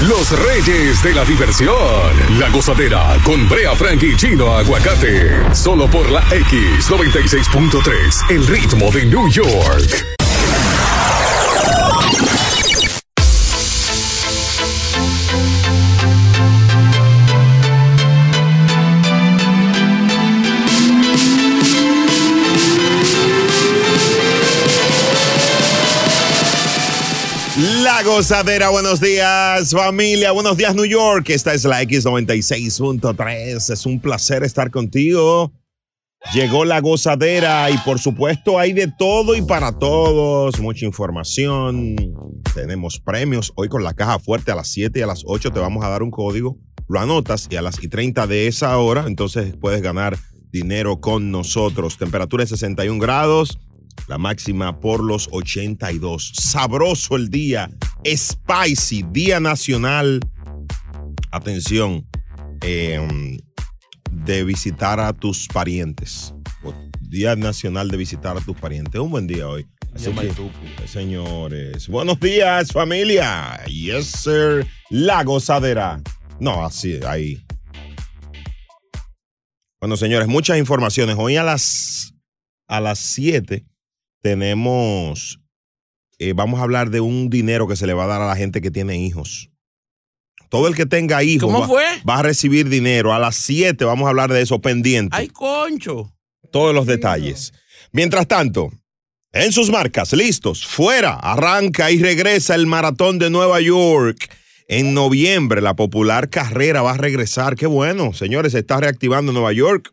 Los reyes de la diversión. La gozadera con Brea Frank y Chino Aguacate. Solo por la X96.3, el ritmo de New York. La gozadera, buenos días familia, buenos días New York, esta es la X96.3, es un placer estar contigo. Llegó la gozadera y por supuesto hay de todo y para todos, mucha información, tenemos premios, hoy con la caja fuerte a las 7 y a las 8 te vamos a dar un código, lo anotas y a las y 30 de esa hora entonces puedes ganar dinero con nosotros, temperatura de 61 grados. La máxima por los 82. Sabroso el día. Spicy, Día Nacional. Atención, eh, de visitar a tus parientes. O Día Nacional de visitar a tus parientes. Un buen día hoy. Así que, señores, buenos días familia. Yes, sir. La gozadera. No, así, ahí. Bueno, señores, muchas informaciones. Hoy a las a las 7 tenemos, eh, vamos a hablar de un dinero que se le va a dar a la gente que tiene hijos. Todo el que tenga hijos ¿Cómo va, fue? va a recibir dinero. A las 7 vamos a hablar de eso pendiente. ¡Ay, concho! Todos los detalles. Mientras tanto, en sus marcas, listos, fuera, arranca y regresa el maratón de Nueva York. En noviembre la popular carrera va a regresar. Qué bueno, señores, se está reactivando Nueva York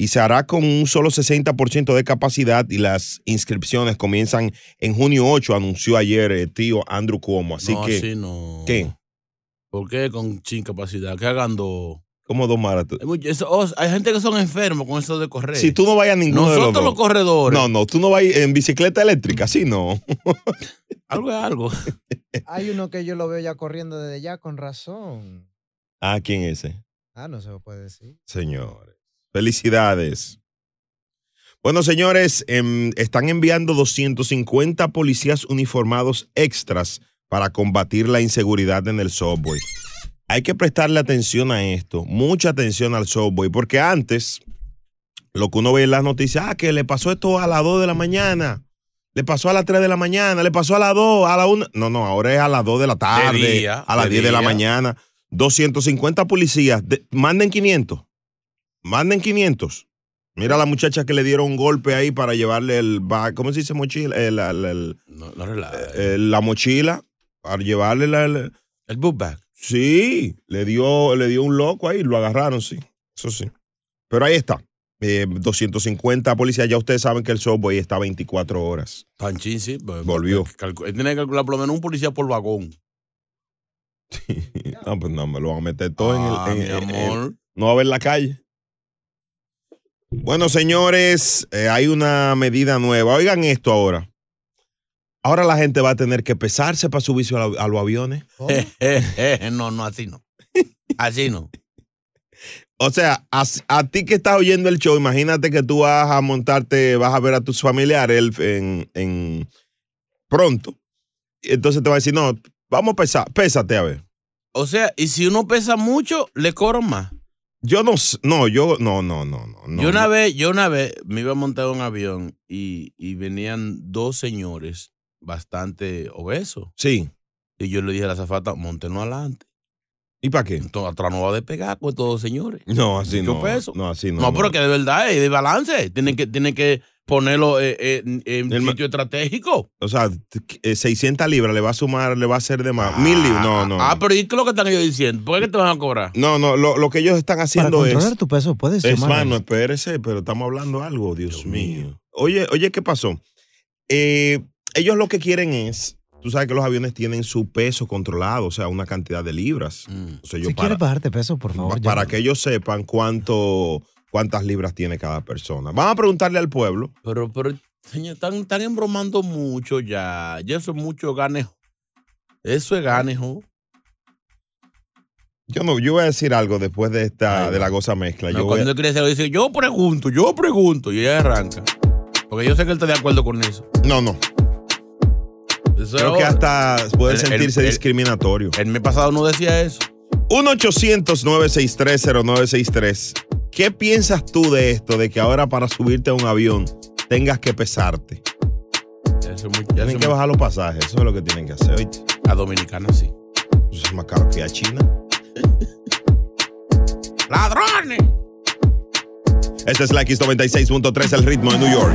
y se hará con un solo 60% de capacidad y las inscripciones comienzan en junio 8, anunció ayer eh, tío Andrew Cuomo. Así no, que, así no. ¿qué? ¿Por qué con sin capacidad? Que hagan dos. ¿Cómo dos maratones? Hay, mucho- eso- oh, hay gente que son enfermos con eso de correr. Si tú no vayas a ninguno de los Nosotros dos. los corredores. No, no, tú no vas en bicicleta eléctrica, sí, no. Algo es algo. Hay uno que yo lo veo ya corriendo desde ya con razón. ah, ¿quién es ese? Ah, no se lo puede decir. Señores, felicidades. Bueno, señores, em, están enviando 250 policías uniformados extras para combatir la inseguridad en el subway. Hay que prestarle atención a esto, mucha atención al subway, porque antes lo que uno ve en las noticias, ah, que le pasó esto a las 2 de la mañana, le pasó a las 3 de la mañana, le pasó a las 2, a la 1. No, no, ahora es a las 2 de la tarde, día, a las de 10 de la día. mañana. 250 policías, de- manden 500, manden 500. Mira a la muchacha que le dieron un golpe ahí para llevarle el bag, ¿cómo se dice mochila? El- el- el- No, no relaja. eh, la mochila, para llevarle la, la- El book bag. Sí, le dio, le dio un loco ahí, lo agarraron, sí. Eso sí. Pero ahí está. eh, 250 policías. Ya ustedes saben que el subway está 24 horas. Panchín, sí. pues, Volvió. calcu- Él tiene que calcular por lo menos un policía por vagón. No, pues no, me lo van a meter todo Ah, en mi el. en- en- amor. no va a ver la calle. Bueno, señores, eh, hay una medida nueva. Oigan esto ahora. Ahora la gente va a tener que pesarse para subirse a la- a los aviones. ¿Cómo? Eh, eh, eh, no, no, así no. Así no. O sea, a, a ti que estás oyendo el show, imagínate que tú vas a montarte, vas a ver a tus familiares el- en, en- pronto. Y Entonces te va a decir, no, vamos a pesar, pésate a ver. O sea, y si uno pesa mucho, le cobran más. Yo no, s- no, yo, no, no, no, no. no, yo una no. vez, yo una vez me iba a montar en un avión y, y venían dos señores bastante obesos. Sí, Y yo le dije a la azafata, montenlo adelante. ¿Y para qué? Entonces, atrás no va a despegar con estos dos señores. No, así ¿Qué no. fue eso? No, así no. No, pero que de verdad es de balance. Tienen que, tienen que ponerlo eh, eh, en, en El ma- sitio estratégico. O sea, t- eh, 600 libras le va a sumar, le va a hacer de más. Mil libras. No, no. Ah, pero ¿y qué es lo que están ellos diciendo? ¿Por qué te van a cobrar? No, no, lo, lo que ellos están Para haciendo controlar es. tu peso puedes Es sumar. mano, espérese, pero estamos hablando algo, Dios, mío. Oye, oye, ¿qué pasó? Eh, ellos lo que quieren es. Tú sabes que los aviones tienen su peso controlado, o sea, una cantidad de libras. Mm. O sea, yo Si para, quieres bajarte peso, por favor. pa- llama. para que ellos sepan cuánto, cuántas libras tiene cada persona. Van a preguntarle al pueblo. Pero, pero, señor, están, están embromando mucho ya. Ya eso es mucho ganejo. Eso es ganejo. Yo no, yo voy a decir algo después de esta, Ay, de la goza mezcla. No, yo voy a- cuando él quiere hacer algo, dice, yo pregunto, yo pregunto. Y ella arranca. Porque yo sé que él está de acuerdo con eso. no, no. Eso es Creo que ahora. hasta puede El- el- sentirse el- discriminatorio. El mes pasado no decía eso. 1-800-963-0963. ¿Qué piensas tú de esto, de que ahora para subirte a un avión tengas que pesarte? Ya Eso es muy, ya eso Tienen es que muy- bajar los pasajes, eso es lo que tienen que hacer. ¿oíste? A Dominicana sí. Eso es más caro que a China. ¡Ladrones! Este es la X96.3, el ritmo de New York.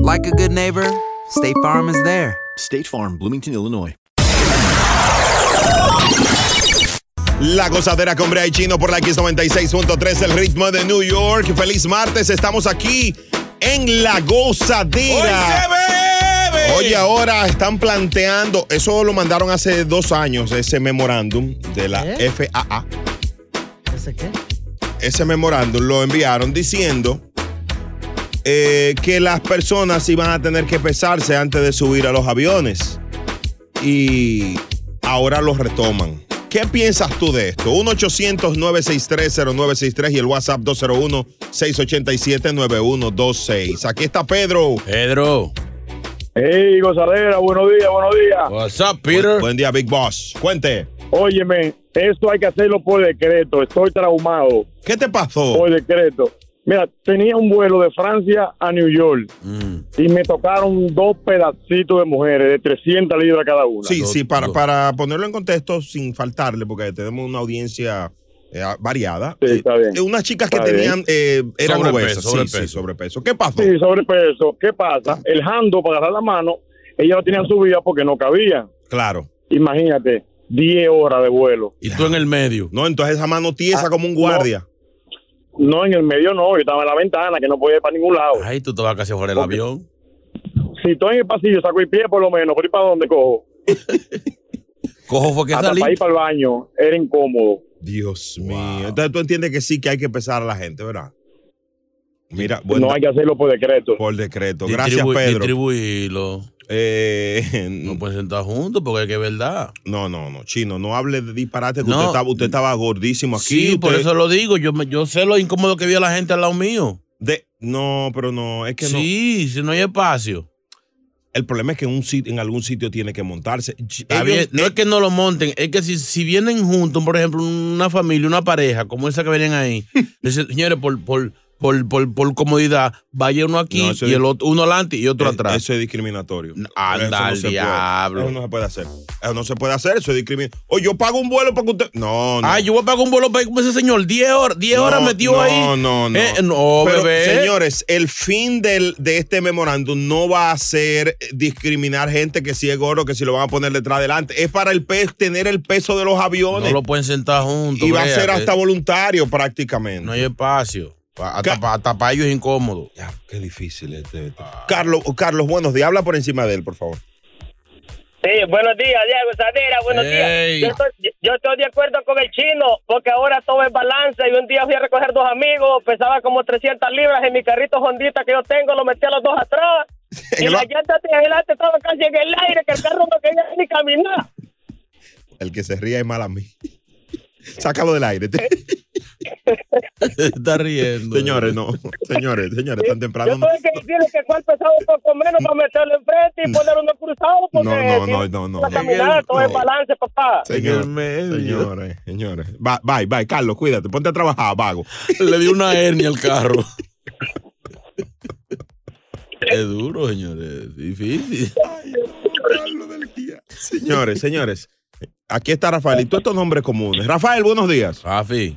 like a good neighbor, State Farm is there. State Farm, Bloomington, Illinois. La gozadera con Brea y Chino por la X96.3, el ritmo de New York. Feliz martes, estamos aquí en la gozadera. bebe! Oye, ahora están planteando, eso lo mandaron hace dos años, ese memorándum de la ¿Eh? FAA. ¿Ese qué? Ese memorándum lo enviaron diciendo eh, que las personas iban a tener que pesarse antes de subir a los aviones. Y ahora los retoman. ¿Qué piensas tú de esto? 1-800-963-0963 y el WhatsApp 201-687-9126. Aquí está Pedro. Pedro. Hey, gozadera, buenos días, buenos días. What's up, Peter? Buen día, Big Boss. Cuente. Óyeme, esto hay que hacerlo por decreto. Estoy traumado ¿Qué te pasó? por decreto. Mira, tenía un vuelo de Francia a New York Mm. y me tocaron dos pedacitos de mujeres de 300 libras cada una. Sí, Dos, sí, para, dos. para ponerlo en contexto sin faltarle, porque tenemos una audiencia eh, variada. Sí, está bien. Eh, unas chicas que Está tenían, eh, eran Sobrepeso, obesas, sí, sobrepeso. sí, sobrepeso. ¿Qué pasó? Sí, sobrepeso. ¿Qué pasa? El handle para agarrar la mano, ellas lo tenían subida porque no cabían. Claro. Imagínate, 10 horas de vuelo. Y tú en el medio. No, entonces esa mano tiesa Ah, como un no. guardia. No, en el medio no, yo estaba en la ventana que no podía ir para ningún lado. Ay, tú te vas casi fuera del Ok. avión. Si estoy en el pasillo, saco el pie por lo menos, por ir para dónde cojo. Cojo fue que Hasta salí. para ir para el baño era incómodo. Dios mío. Entonces tú entiendes que sí que hay que pesar a la gente, ¿verdad? Mira, buen no da- hay que hacerlo por decreto. por decreto. Gracias, Distribu- Pedro. Distribuirlo. Eh, No pueden sentar juntos porque es que es verdad. no, no, no, chino, no hable de disparate que No. usted, estaba, usted estaba gordísimo aquí. Sí, por usted- eso lo digo. Yo, me- yo sé lo incómodo que vio la gente al lado mío. de- no, pero no, es que no. Sí, si no hay espacio. El problema es que en, un sitio, en algún sitio tiene que montarse. Está bien, eh. no es que no lo monten, es que si, si vienen juntos, por ejemplo, una familia, una pareja, como esa que vienen ahí, dice, señores, por, por, por, por, por comodidad, vaya uno aquí No, eso y es- el otro, uno adelante y otro Eh, atrás. Eso es discriminatorio. anda Eso no al se puede. diablo. Eso no se puede hacer. Eso no se puede hacer. Eso es discriminatorio. O yo pago un vuelo para que usted. No, no. Ay, yo voy a pagar un vuelo para ir con ese señor. 10 horas, 10 horas No, metido no, ahí. No, no, Eh, no, Pero, bebé. Señores, el fin del, de este memorándum no va a ser eh, discriminar gente que si es gordo, que si lo van a poner detrás adelante. Es para el pez tener el peso de los no aviones. lo pueden sentar juntos. y va a brea, ser que hasta voluntario prácticamente. No hay espacio. Pa- Hasta, Ca- pa- hasta para ellos es incómodo. Ya, qué difícil este. este. Carlos, Carlos, buenos días. Habla por encima de él, por favor. Sí, buenos días, Diego Sadera, buenos Ey. días. Yo estoy, yo estoy de acuerdo con el chino, porque ahora todo es balance. Y un día fui a recoger dos amigos, pesaba como 300 libras en mi carrito hondita que yo tengo, lo metí a los dos atrás. En Y el la ba- llanta de adelante estaba casi en el aire, que el carro no quería ni caminar. El que se ría es mal a mí. Sácalo del aire. Está riendo. señores, no. Señores, señores, tan temprano. yo no. tuve que decirle que cuál pesaba un poco menos para meterlo enfrente y poner uno cruzado, porque No, no, si no, no, no, para no. caminar, todo es No. balance, papá. En el Señor, medio. señores, señores. Ba- Bye, bye, Carlos, cuídate. Ponte a trabajar, vago. Le dio una hernia al carro. es duro, señores. Difícil. Señores, señores. Aquí está Rafael y todos estos nombres comunes. Rafael, buenos días. Rafi.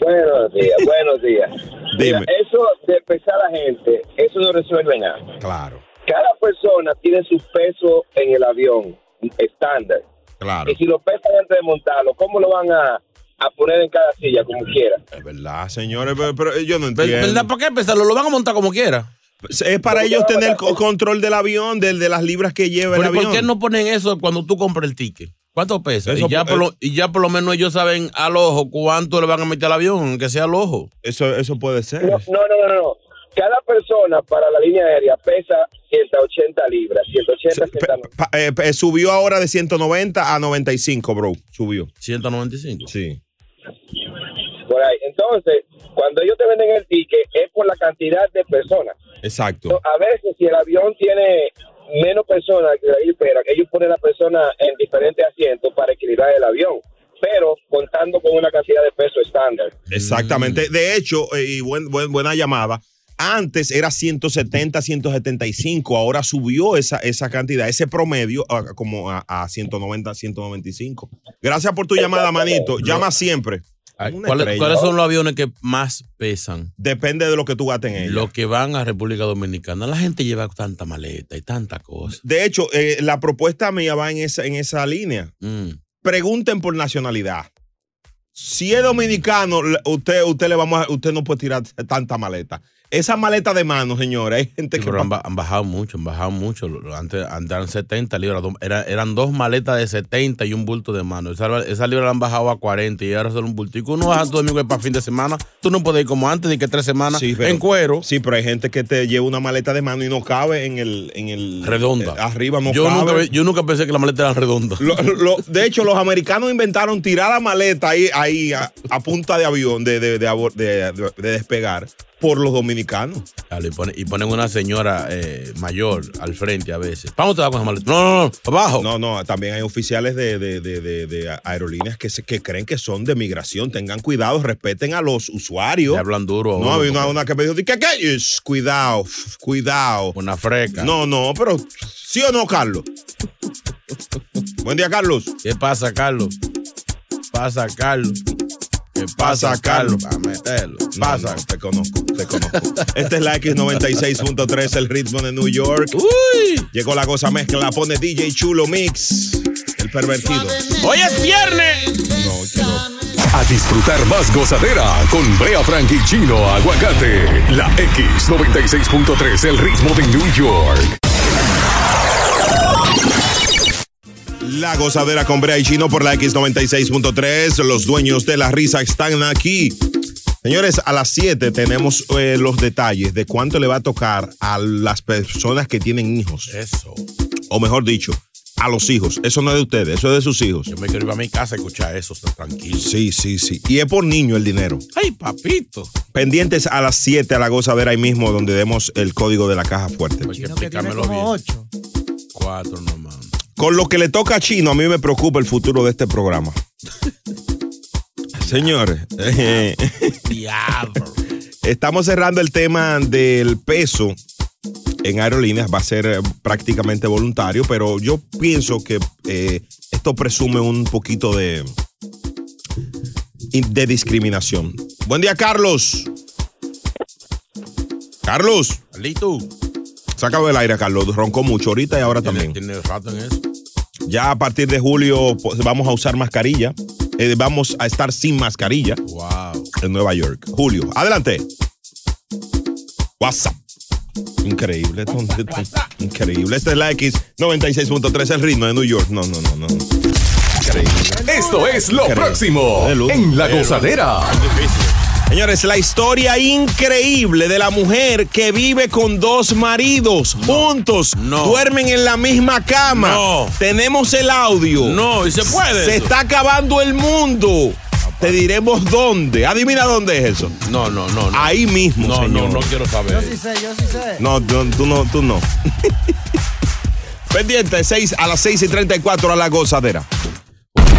Buenos días, buenos días. Dime. Mira, eso de pesar a la gente, eso no resuelve nada. Claro, Cada persona tiene su peso en el avión estándar. claro. Y si lo pesan antes de montarlo, ¿cómo lo van a, a poner en cada silla, como quiera? Es verdad, Ah, señores, pero, pero eh, yo no Ver- entiendo. ¿Verdad? ¿Para qué pesarlo? Lo van a montar como quiera. Es para ellos tener co- control del avión, del, de las libras que lleva el Pero ¿y avión. ¿Por qué no ponen eso cuando tú compras el ticket? ¿Cuánto pesa? Eso y, ya po- por lo, y ya por lo menos ellos saben al ojo cuánto le van a meter al avión, que sea al ojo. Eso, eso puede ser. No, no, no, no, no. Cada persona para la línea aérea pesa 180 libras, 180, Se- pa- 190. pa- eh, pa- eh, subió ahora de 190 a 95, bro. Subió. 195. Sí. por ahí. Entonces, cuando ellos te venden el ticket, es por la cantidad de personas. Exacto. So, A veces, si el avión tiene menos personas que ahí esperan, ellos ponen a la persona en diferentes asientos para equilibrar el avión, pero contando con una cantidad de peso estándar. Exactamente. Mm. De hecho, eh, y buen- buen- buena llamada. Antes era 170, 175. Ahora subió esa, esa cantidad, ese promedio, a- como a, a 190, 195. Gracias por tu llamada, manito. Llama siempre. Ay, Una ¿cuáles- estrella. ¿Cuáles son los aviones que más pesan? Depende de lo que tú gastes en ella. Los que van a República Dominicana. La gente lleva tanta maleta y tanta cosa. De hecho, eh, la propuesta mía va en esa, en esa línea. Mm. Pregunten por nacionalidad. Si es dominicano, le- usted, usted le vamos a- usted no puede tirar tanta maleta. Esa maleta de mano, señores, hay gente Sí, que pero han, ba- han bajado mucho, han bajado mucho. Lo- lo- Antes antes eran 70 libras. do- era- eran dos maletas de 70 y un bulto de mano. Esa, esa libra la han bajado a 40 y ahora solo un bultico. Uno baja tu domingo para fin de semana. Tú no puedes ir como antes de que tres semanas Sí, pero- en cuero. Sí, pero hay gente que te lleva una maleta de mano y no cabe en el. En el Redonda. eh, arriba no yo, cabe. nunca, ve- yo nunca pensé que la maleta era redonda. Lo- lo- de hecho, los americanos inventaron tirar la maleta ahí, ahí a, a punta de avión, de, de, de abor- de- de- de despegar, por los dominicanos. Dale, y, ponen, y ponen una señora eh, mayor al frente a veces. Vamos te vas con esa maleta. No, no, no, abajo. No, no, también hay oficiales de, de- de- de- de aerolíneas que, se- que creen que son de migración. Tengan cuidado, respeten a los usuarios. Le hablan duro. a No, uno, había una, porque- una que me dijo, "Di que qué? Ish, Cuidado, cuidado. Una fresca. No, no, pero sí o no, Carlos. Buen día, Carlos. ¿Qué pasa, Carlos? Pasa, Carlos. ¿Qué Pasa, pasa, Carlos. Carlos? A meterlo. No, Pasa. no, te conozco, te conozco. Esta es la X96.3, el ritmo de New York. ¡Uy! Llegó la cosa mezcla, la pone DJ Chulo Mix, el pervertido. ¡Hoy es viernes! No, quiero- A disfrutar más gozadera con Brea Frank y Chino Aguacate. La X96.3, el ritmo de New York. La gozadera con Brea y Chino por la X96.3. Los dueños de la risa están aquí. Señores, a las 7 tenemos eh, los detalles de cuánto le va a tocar a las personas que tienen hijos, Eso. o mejor dicho, a los hijos. Eso no es de ustedes, eso es de sus hijos. Yo me quiero ir a mi casa a escuchar eso, está tranquilo. Sí, sí, sí. Y es por niño el dinero. ¡Ay, papito! Pendientes a las 7 a la gozadera ahí mismo donde demos el código de la caja fuerte. Hay que Chino que tiene explicármelo como bien. ocho. Cuatro nomás. Con lo que le toca a Chino, a mí me preocupa el futuro de este programa. Señores, eh, Diablo. Estamos cerrando el tema del peso en aerolíneas. Va a ser eh, prácticamente voluntario, pero yo pienso que eh, esto presume un poquito de, de discriminación. Buen día, Carlos. Carlos. Carlito. Sácalo del aire, Carlos. Roncó mucho ahorita y ahora también. Tiene rato en eso. Ya a partir de julio pues, vamos a usar mascarilla. Eh, vamos a estar sin mascarilla. Wow. En Nueva York. Julio. Adelante. WhatsApp. Increíble. tonto, tonto. Increíble. Esta es la X 96.3, el ritmo de New York. No, no, no, no. Esto es lo próximo en La Gozadera. Señores, la historia increíble de la mujer que vive con dos maridos juntos, duermen en la misma cama. Tenemos el audio. No, y se puede Se eso. está acabando el mundo. Te diremos dónde. Adivina dónde es eso. No, no, no. Ahí mismo, No, no, señor. no quiero Yo saber. sí sé, yo sí sé. No, tú, tú no, tú no. Pendiente, 6 a las 6 y 34 a la gozadera.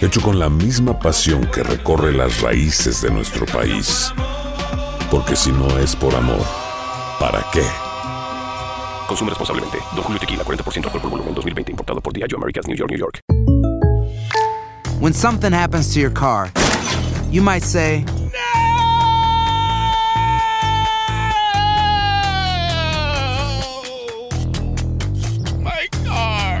hecho con la misma pasión que recorre las raíces de nuestro país. Porque si no es por amor, ¿para qué? Consume responsablemente. Don Julio Tequila, 40% alcohol por volumen, 2020. Importado por Diageo Americas, New York, New York. When something happens to your car, you might say, My car.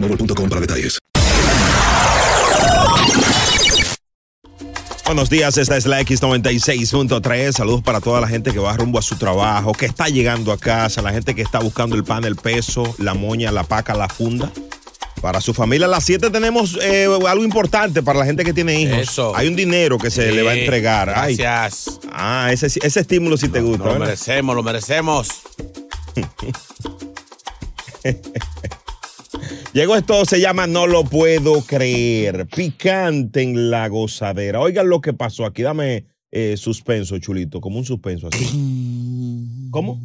para detalles. Buenos días, esta es la X96.3. Saludos para toda la gente que va rumbo a su trabajo, que está llegando a casa, la gente que está buscando el pan, el peso, la moña, la paca, la funda. Para su familia, a las 7 tenemos eh, algo importante para la gente que tiene hijos. Hay un dinero que se Sí, le va a entregar. Ay. gracias. Ah, ese, ese estímulo sí te gusta. Lo ¿verdad? merecemos, lo merecemos. Llegó esto, se llama No lo puedo creer. Picante en la gozadera. Oigan lo que pasó aquí. Dame eh, suspenso, chulito, como un suspenso así. ¿Cómo?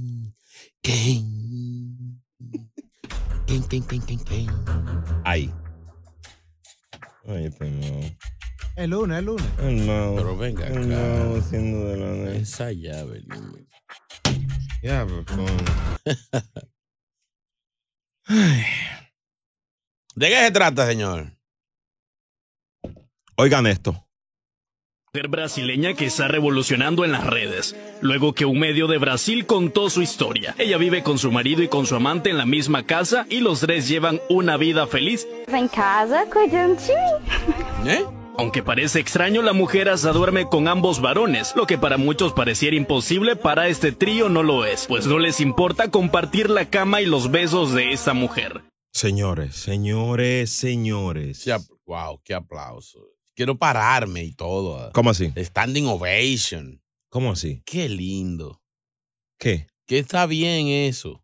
Ahí. Ay, este no. El lunes, el lunes. No. Pero venga acá. No, haciendo de la Esa llave, niño. Ya, pues, ¿De qué se trata, señor? Oigan esto. mujer brasileña que está revolucionando en las redes, luego que un medio de Brasil contó su historia. Ella vive con su marido y con su amante en la misma casa y los tres llevan una vida feliz. Em casa, cuidando de mim. Aunque parece extraño, la mujer hasta duerme con ambos varones, lo que para muchos pareciera imposible, para este trío no lo es, pues no les importa compartir la cama y los besos de esta mujer. Señores, señores, señores. wow, qué aplauso. Quiero pararme y todo. ¿Cómo así? Standing ovation. ¿Cómo así? Qué lindo. ¿Qué? Que está bien eso.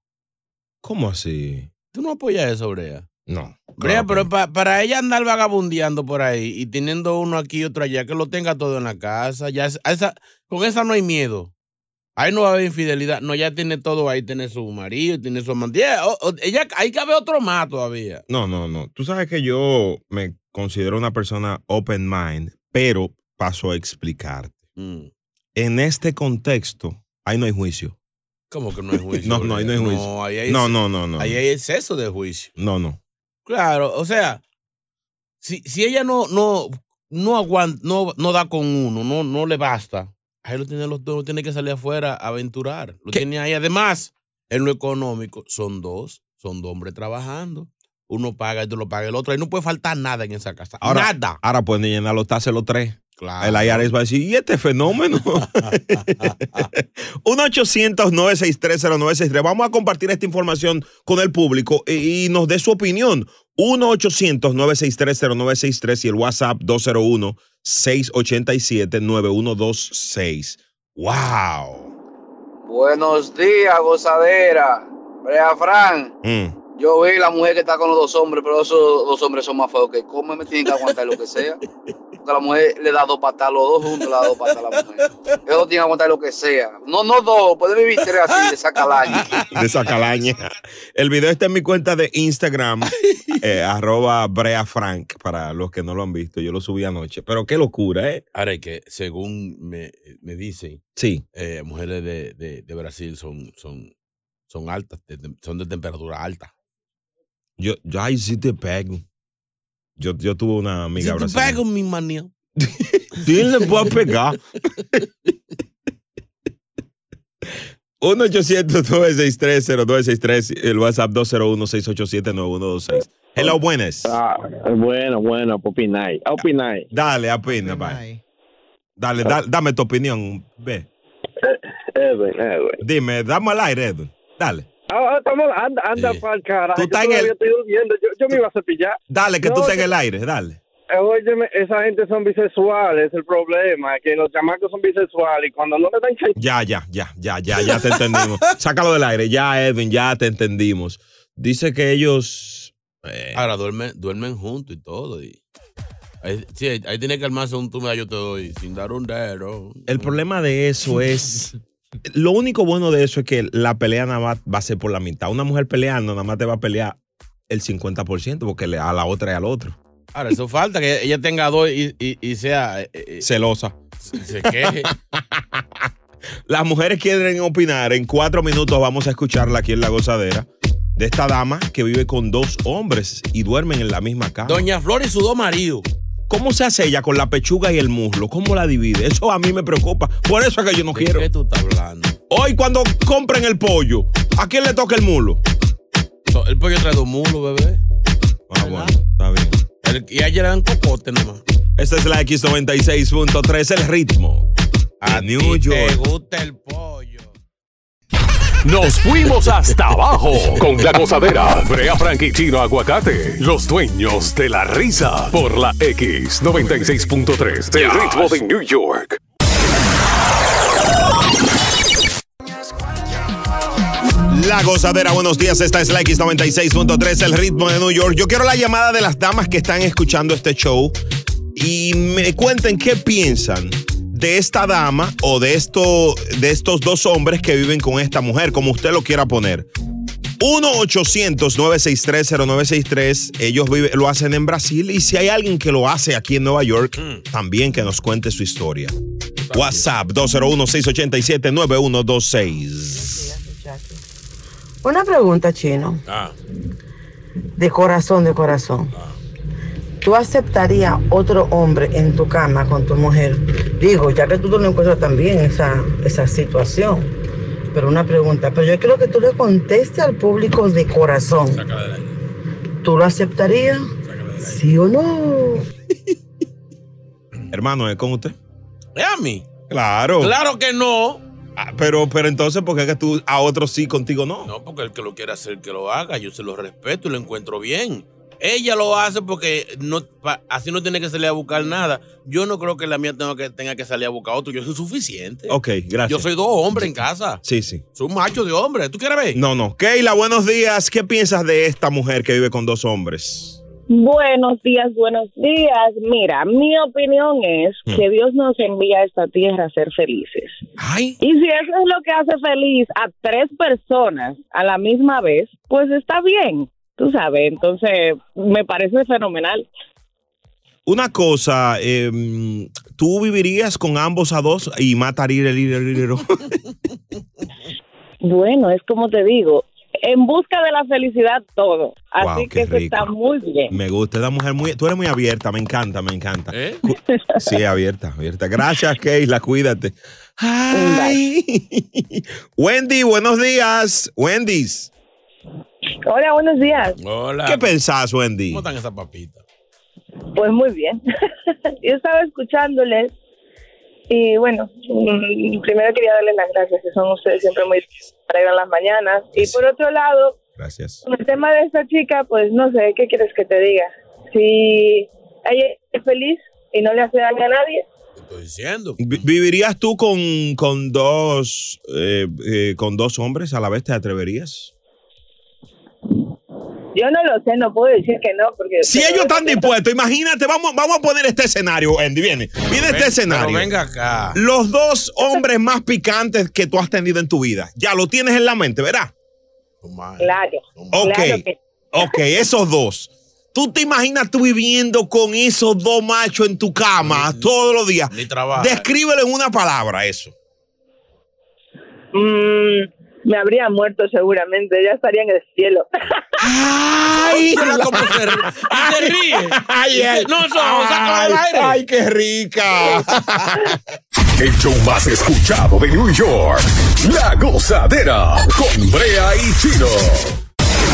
¿Cómo así? ¿Tú no apoyas eso, Brea? No. Brea, pero pa- para ella andar vagabundeando por ahí y teniendo uno aquí y otro allá, que lo tenga todo en la casa, ya es- a esa, con esa no hay miedo. Ahí no va a haber infidelidad. No, ya tiene todo ahí. Tiene su marido, tiene su amante. Ya, o- o- ella, ahí cabe otro más todavía. No, no, no. Tú sabes que yo me considero una persona open mind, pero paso a explicarte. Mm. En este contexto, ahí no hay juicio. ¿Cómo que no hay juicio? No, no, ahí no hay juicio. No, ahí hay- No, no, no, no. Ahí hay exceso de juicio. No, no. Claro, o sea, si, si ella no, no, no aguanta, no, no da con uno, no, no le basta, ahí lo tiene los dos, tiene que salir afuera a aventurar. Lo tiene ahí. Además, en lo económico, son dos, son dos hombres trabajando. Uno paga, otro lo paga el otro. Ahí no puede faltar nada en esa casa. Ahora, nada. Ahora pueden llenar los taxes los tres. Claro. Ah, El IRS va a decir, ¿y este fenómeno? 1-800-963-0963. Vamos a compartir esta información con el público y, y nos dé su opinión. 1-800-963-0963 y el WhatsApp 201-687-9126. ¡Wow! Buenos días, gozadera. Brea Fran, Mm. yo vi la mujer que está con los dos hombres, pero esos dos hombres son más feos que come, me tienen que aguantar lo que sea. Porque la mujer le da dos patas, los dos juntos le da dos patas a la mujer. Ellos tienen que aguantar lo que sea. No, no dos, puede vivir tres así, de saca al año. de esa calaña. El video está en mi cuenta de Instagram, eh, arroba Brea Frank, para los que no lo han visto. Yo lo subí anoche. Pero qué locura, ¿eh? Ahora es que, según me, me dicen, Sí. eh, mujeres de, de- de Brasil son, son, son altas, de- de- son de temperatura alta. Yo, yo ahí sí te pego. Yo, yo tuve una amiga si te brasileña. pego mi manía. Sí, le voy a pegar. 1 800 963 0963 el WhatsApp 201-687-9126. Hello, buenas. Ah, bueno, bueno, Ah, opináis. Opináis. Dale, opina, bye. Dale, da- dame tu opinión, ve. Eh, Edwin, Edwin. Dime, dame al aire, Edwin. Dale. Ah, ah, estamos, anda, anda para el carajo. Tú Yo estás en todavía el- estoy durmiendo. Yo, yo me iba a cepillar. Dale, que No, tú estés en yo- el aire, dale. Eh, Óyeme, esa gente son bisexuales, el problema, que los chamacos son bisexuales y cuando no le dan chance, Ya, ya, ya, ya, ya, ya te entendimos. Sácalo del aire, ya, Edwin, ya te entendimos. Dice que ellos. Eh. Ahora duermen, duermen juntos y todo. Y... Ahí, sí, ahí, ahí tiene que armarse un tú me das, yo te doy, sin dar un dero. El problema de eso es. Lo único bueno de eso es que la pelea nada más va a ser por la mitad. Una mujer peleando nada más te va a pelear el 50% porque le- a la otra y al otro. Ahora, eso falta que ella tenga dos y, y- y sea. eh, eh, Celosa. se queje. Las mujeres quieren opinar. En cuatro minutos vamos a escucharla aquí en La Gozadera de esta dama que vive con dos hombres y duermen en la misma cama. Doña Flor y su dos maridos. ¿Cómo se hace ella con la pechuga y el muslo? ¿Cómo la divide? Eso a mí me preocupa. Por eso es que yo no quiero. ¿Qué tú estás hablando? Hoy cuando compren el pollo, ¿a quién le toca el muslo? So, el pollo trae dos mulos, bebé. Ah, bueno, está bien. y ayer le dan cocote nomás. Esta es la X96.3, el ritmo. A New York. Nos fuimos hasta abajo con la gozadera. Brea Frank y Chino Aguacate, los dueños de la risa. Por la X96.3, el ritmo de New York. La gozadera, buenos días. Esta es la X96.3, el ritmo de New York. Yo quiero la llamada de las damas que están escuchando este show y me cuenten qué piensan de esta dama o de, esto, de estos dos hombres que viven con esta mujer, como usted lo quiera poner. 1-800-963-0963. Ellos vive- lo hacen en Brasil y si hay alguien que lo hace aquí en Nueva York, también que nos cuente su historia. WhatsApp 201-687-9126. Una pregunta, Chino, de corazón, de corazón. ¿Tú aceptarías otro hombre en tu cama con tu mujer? Digo, ya que tú no encuentras también esa, esa situación. Pero una pregunta, pero yo quiero que tú le contestes al público de corazón. ¿Tú lo aceptarías? ¿Sí o no? Hermano, ¿es con usted? ¿Es a mí? Claro. Claro que no. Ah, pero, pero entonces, ¿por qué es que tú a otros sí, contigo no? No, porque el que lo quiera hacer, que lo haga. Yo se lo respeto y lo encuentro bien. Ella lo hace porque no, pa- así no tiene que salir a buscar nada. Yo no creo que la mía tenga que, tenga que salir a buscar otro. Yo soy suficiente. Ok, gracias. Yo soy dos hombres en casa. Sí, sí. Soy un macho de hombre. ¿Tú quieres ver? No, no. Keila, buenos días. ¿Qué piensas de esta mujer que vive con dos hombres? Buenos días, buenos días. Mira, mi opinión es Mm. que Dios nos envía a esta tierra a ser felices. Y si eso es lo que hace feliz a tres personas a la misma vez, pues está bien, tú sabes. Entonces, me parece fenomenal. Una cosa, eh, ¿tú vivirías con ambos a dos y mataría el hilo? Bueno, es como te digo, en busca de la felicidad todo. Así Wow, que qué eso está rico. muy bien. Me gusta, es la mujer muy. Tú eres muy abierta, me encanta, me encanta. ¿Eh? Cu- Sí, abierta, abierta. Gracias, Keila, cuídate. Ay. Wendy, buenos días. Wendy's. Hola, buenos días. Hola. ¿Qué pensás, Wendy? ¿Cómo están esas papitas? Pues muy bien. Yo estaba escuchándoles y bueno, mm, primero quería darles las gracias, que son ustedes siempre muy alegres en las mañanas. Y por otro lado, Gracias. con el tema de esta chica, pues no sé, ¿qué quieres que te diga? Si ella es feliz y no le hace daño a nadie, Vi- ¿Vivirías tú con, con dos eh, eh, con dos hombres a la vez? ¿Te atreverías? yo no lo sé, no puedo decir que no, porque... Si ellos están dispuestos, imagínate, vamos, vamos a poner este escenario, Wendy. Viene, viene este Pero escenario. venga acá. Los dos hombres más picantes que tú has tenido en tu vida. Ya lo tienes en la mente, ¿verdad? pues, Claro. Ok. claro que- Ok, esos dos. ¿Tú te imaginas tú viviendo con esos dos machos en tu cama todos los días? Ni trabaja. Descríbelo en una palabra eso. Mm, me habría muerto seguramente, ya estaría en el cielo. ¡Ay! ¡Ay! se ríe! Ay, ay. No, eso, sácalo del aire. Ay, qué rica. El show más escuchado de New York. La gozadera con Brea y Chino.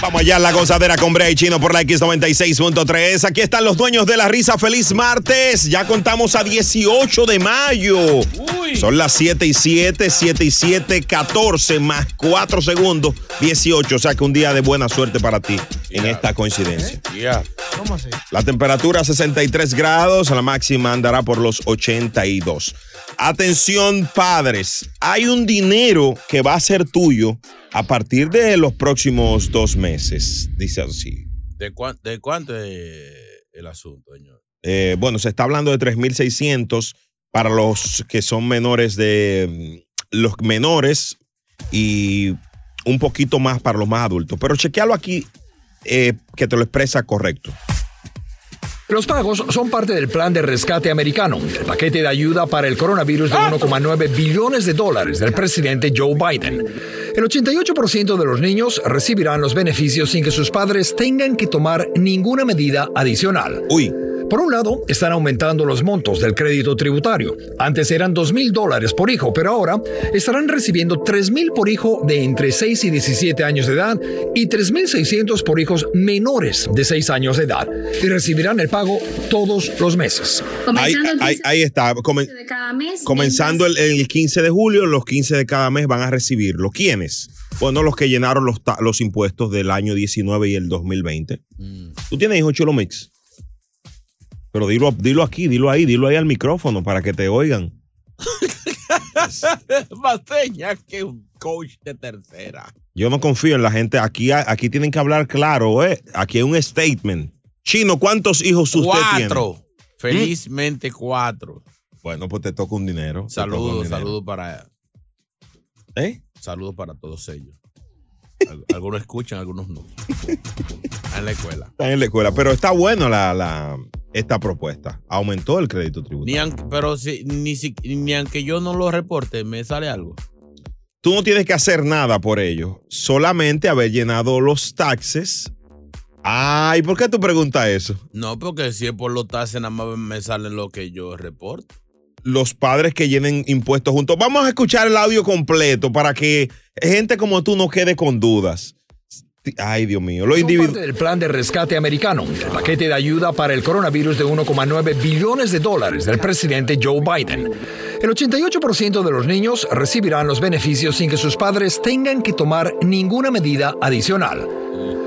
Vamos allá, la gozadera con Brea y Chino por la X96.3. Aquí están los dueños de la risa. Feliz martes. Ya contamos a 18 de mayo. Son las 7 y 7, 7 y 7, 14 más 4 segundos, 18. O sea que un día de buena suerte para ti en esta coincidencia. Ya. ¿Cómo así? La temperatura 63 grados, la máxima andará por los 82. Atención padres, hay un dinero que va a ser tuyo a partir de los próximos dos meses, dice así. ¿De, cuán- de cuánto es el asunto, señor? Eh, bueno, se está hablando de 3.600 para los que son menores de mm, los menores y un poquito más para los más adultos. Pero chequealo aquí eh, que te lo expresa correcto. Los pagos son parte del plan de rescate americano, el paquete de ayuda para el coronavirus de 1,9 billones de dólares del presidente Joe Biden. El 88% de los niños recibirán los beneficios sin que sus padres tengan que tomar ninguna medida adicional. Uy. Por un lado, están aumentando los montos del crédito tributario. Antes eran 2 mil dólares por hijo, pero ahora estarán recibiendo 3 mil por hijo de entre 6 y 17 años de edad y 3.600 por hijos menores de 6 años de edad. Y recibirán el pago todos los meses. Ahí, ahí- ahí está. Comen- cada mes. comenzando el, el 15 de julio, los 15 de cada mes van a recibirlo. ¿Quiénes? Bueno, los que llenaron los, ta- los impuestos del año 19 y el 2020. ¿Tú tienes hijos Chulo Mix? Pero dilo, dilo aquí, dilo ahí, dilo ahí al micrófono para que te oigan. Más señas que un coach de tercera. Yo no confío en la gente. Aquí, aquí tienen que hablar claro, ¿eh? Aquí hay un statement. Chino, ¿cuántos hijos usted tiene? ¿Mm? Cuatro. Felizmente cuatro. Bueno, pues te toca un dinero. te toca un Saludos, dinero. saludos para. ¿Eh? Saludos para todos ellos. Al- Algunos escuchan, algunos no. Están En la escuela. Están en la escuela. Pero está bueno la, la- esta propuesta. Aumentó el crédito tributario. Ni aunque- pero si, ni, si- ni aunque yo no lo reporte, me sale algo. Tú no tienes que hacer nada por ello. Solamente haber llenado los taxes. Ay, ¿por qué tú preguntas eso? No, porque si es por los taxes, nada más me salen lo que yo reporto. Los padres que llenen impuestos juntos. Vamos a escuchar el audio completo para que gente como tú no quede con dudas. Ay, Dios mío. Lo Son parte del plan de rescate americano, el paquete de ayuda para el coronavirus de 1,9 billones de dólares del presidente Joe Biden. El 88% de los niños recibirán los beneficios sin que sus padres tengan que tomar ninguna medida adicional.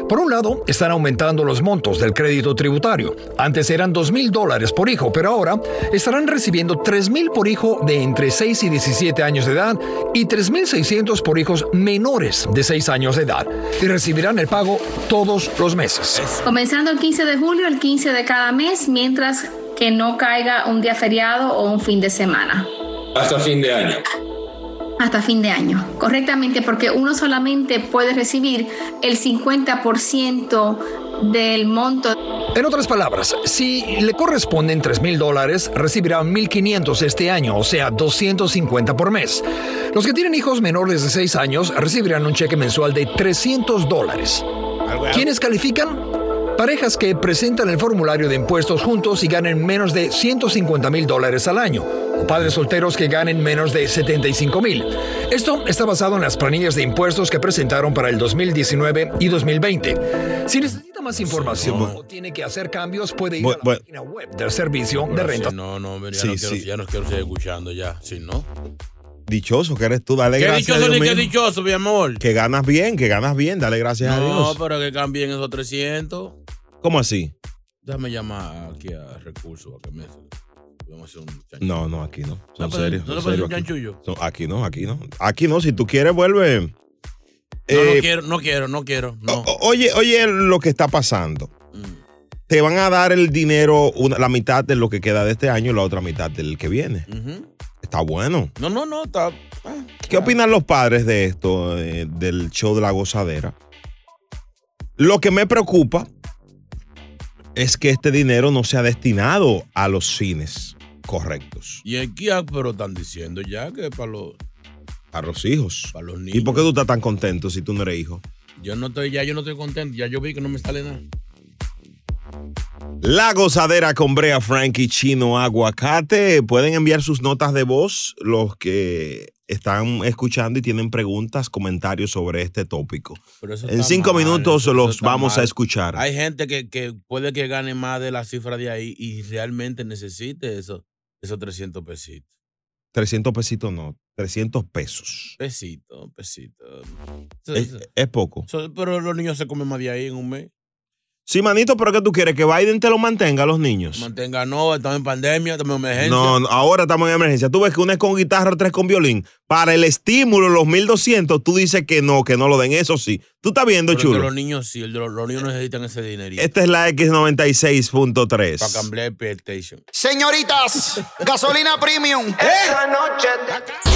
Por un lado, están aumentando los montos del crédito tributario. Antes eran 2 mil dólares por hijo, pero ahora estarán recibiendo 3 mil por hijo de entre 6 y 17 años de edad y 3.600 por hijos menores de 6 años de edad. Y recibirán el pago todos los meses. Comenzando el 15 de julio, el 15 de cada mes, mientras que no caiga un día feriado o un fin de semana. Hasta fin de año. Hasta fin de año, correctamente, porque uno solamente puede recibir el 50% del monto. En otras palabras, si le corresponden 3 mil dólares, recibirá 1.500 este año, o sea, 250 por mes. Los que tienen hijos menores de 6 años recibirán un cheque mensual de 300 dólares. ¿Quiénes califican? Parejas que presentan el formulario de impuestos juntos y ganen menos de 150 mil dólares al año, o padres solteros que ganen menos de 75 mil. Esto está basado en las planillas de impuestos que presentaron para el 2019 y 2020. Si necesita más información o tiene que hacer cambios, puede ir Bu- a la bu- página web del servicio de Pero renta. si no, no, hombre, ya, Sí, no quiero, sí. ya no quiero seguir escuchando ya. Si no. Dichoso que eres tú, dale Qué gracias dichoso a ni Dios. qué mismo. dichoso, mi amor. Que ganas bien, que ganas bien, dale gracias a No, Dios. pero que cambien esos 300. ¿Cómo así? Déjame llamar aquí a recursos a que me. Vamos a hacer un chanchullo. No, no, aquí no. Son No, pero- serios. no son le puedes serios un aquí. chanchullo. No, aquí no, aquí no. Aquí no, si tú quieres, vuelve. No, Eh, oh, no quiero, no quiero, no quiero. No. O- Oye, oye lo que está pasando. Te van a dar el dinero, una- la mitad de lo que queda de este año y la otra mitad del que viene. Ujú. Está bueno. No, no, no, está. ¿Qué opinan los padres de esto, eh, del show de la gozadera? Lo que me preocupa es que este dinero no sea destinado a los cines correctos, Y aquí, ah, pero están diciendo ya que para los. a los hijos. Para los niños. ¿Y por qué tú estás tan contento si tú no eres hijo? Yo no estoy, ya yo no estoy contento. Ya yo vi que no me sale nada. La gozadera con Brea Frankie Chino Aguacate. Pueden enviar sus notas de voz los que están escuchando y tienen preguntas, comentarios sobre este tópico. Pero eso En está cinco mal, minutos eso- eso los está vamos a mal. escuchar. Hay gente que, que puede que gane más de la cifra de ahí y realmente necesite eso, esos 300 pesitos. 300 pesitos no, 300 pesos. Pesito, pesito. Eso- Es, eso- es poco. eso- pero los niños se comen más de ahí en un mes. Sí, manito, pero ¿qué tú quieres? ¿Que Biden te lo mantenga a los niños? Mantenga, no, estamos en pandemia, estamos en emergencia. No, no, ahora estamos en emergencia. Tú ves que una es con guitarra, otra es con violín. Para el estímulo, los 1200, tú dices que no, que no lo den. Eso sí. Tú estás viendo, Pero el de chulo. los niños sí, el de los, los niños necesitan ese dinerito. Esta es la Para X96.3. cambiar el PlayStation. Señoritas, gasolina premium. Esta noche.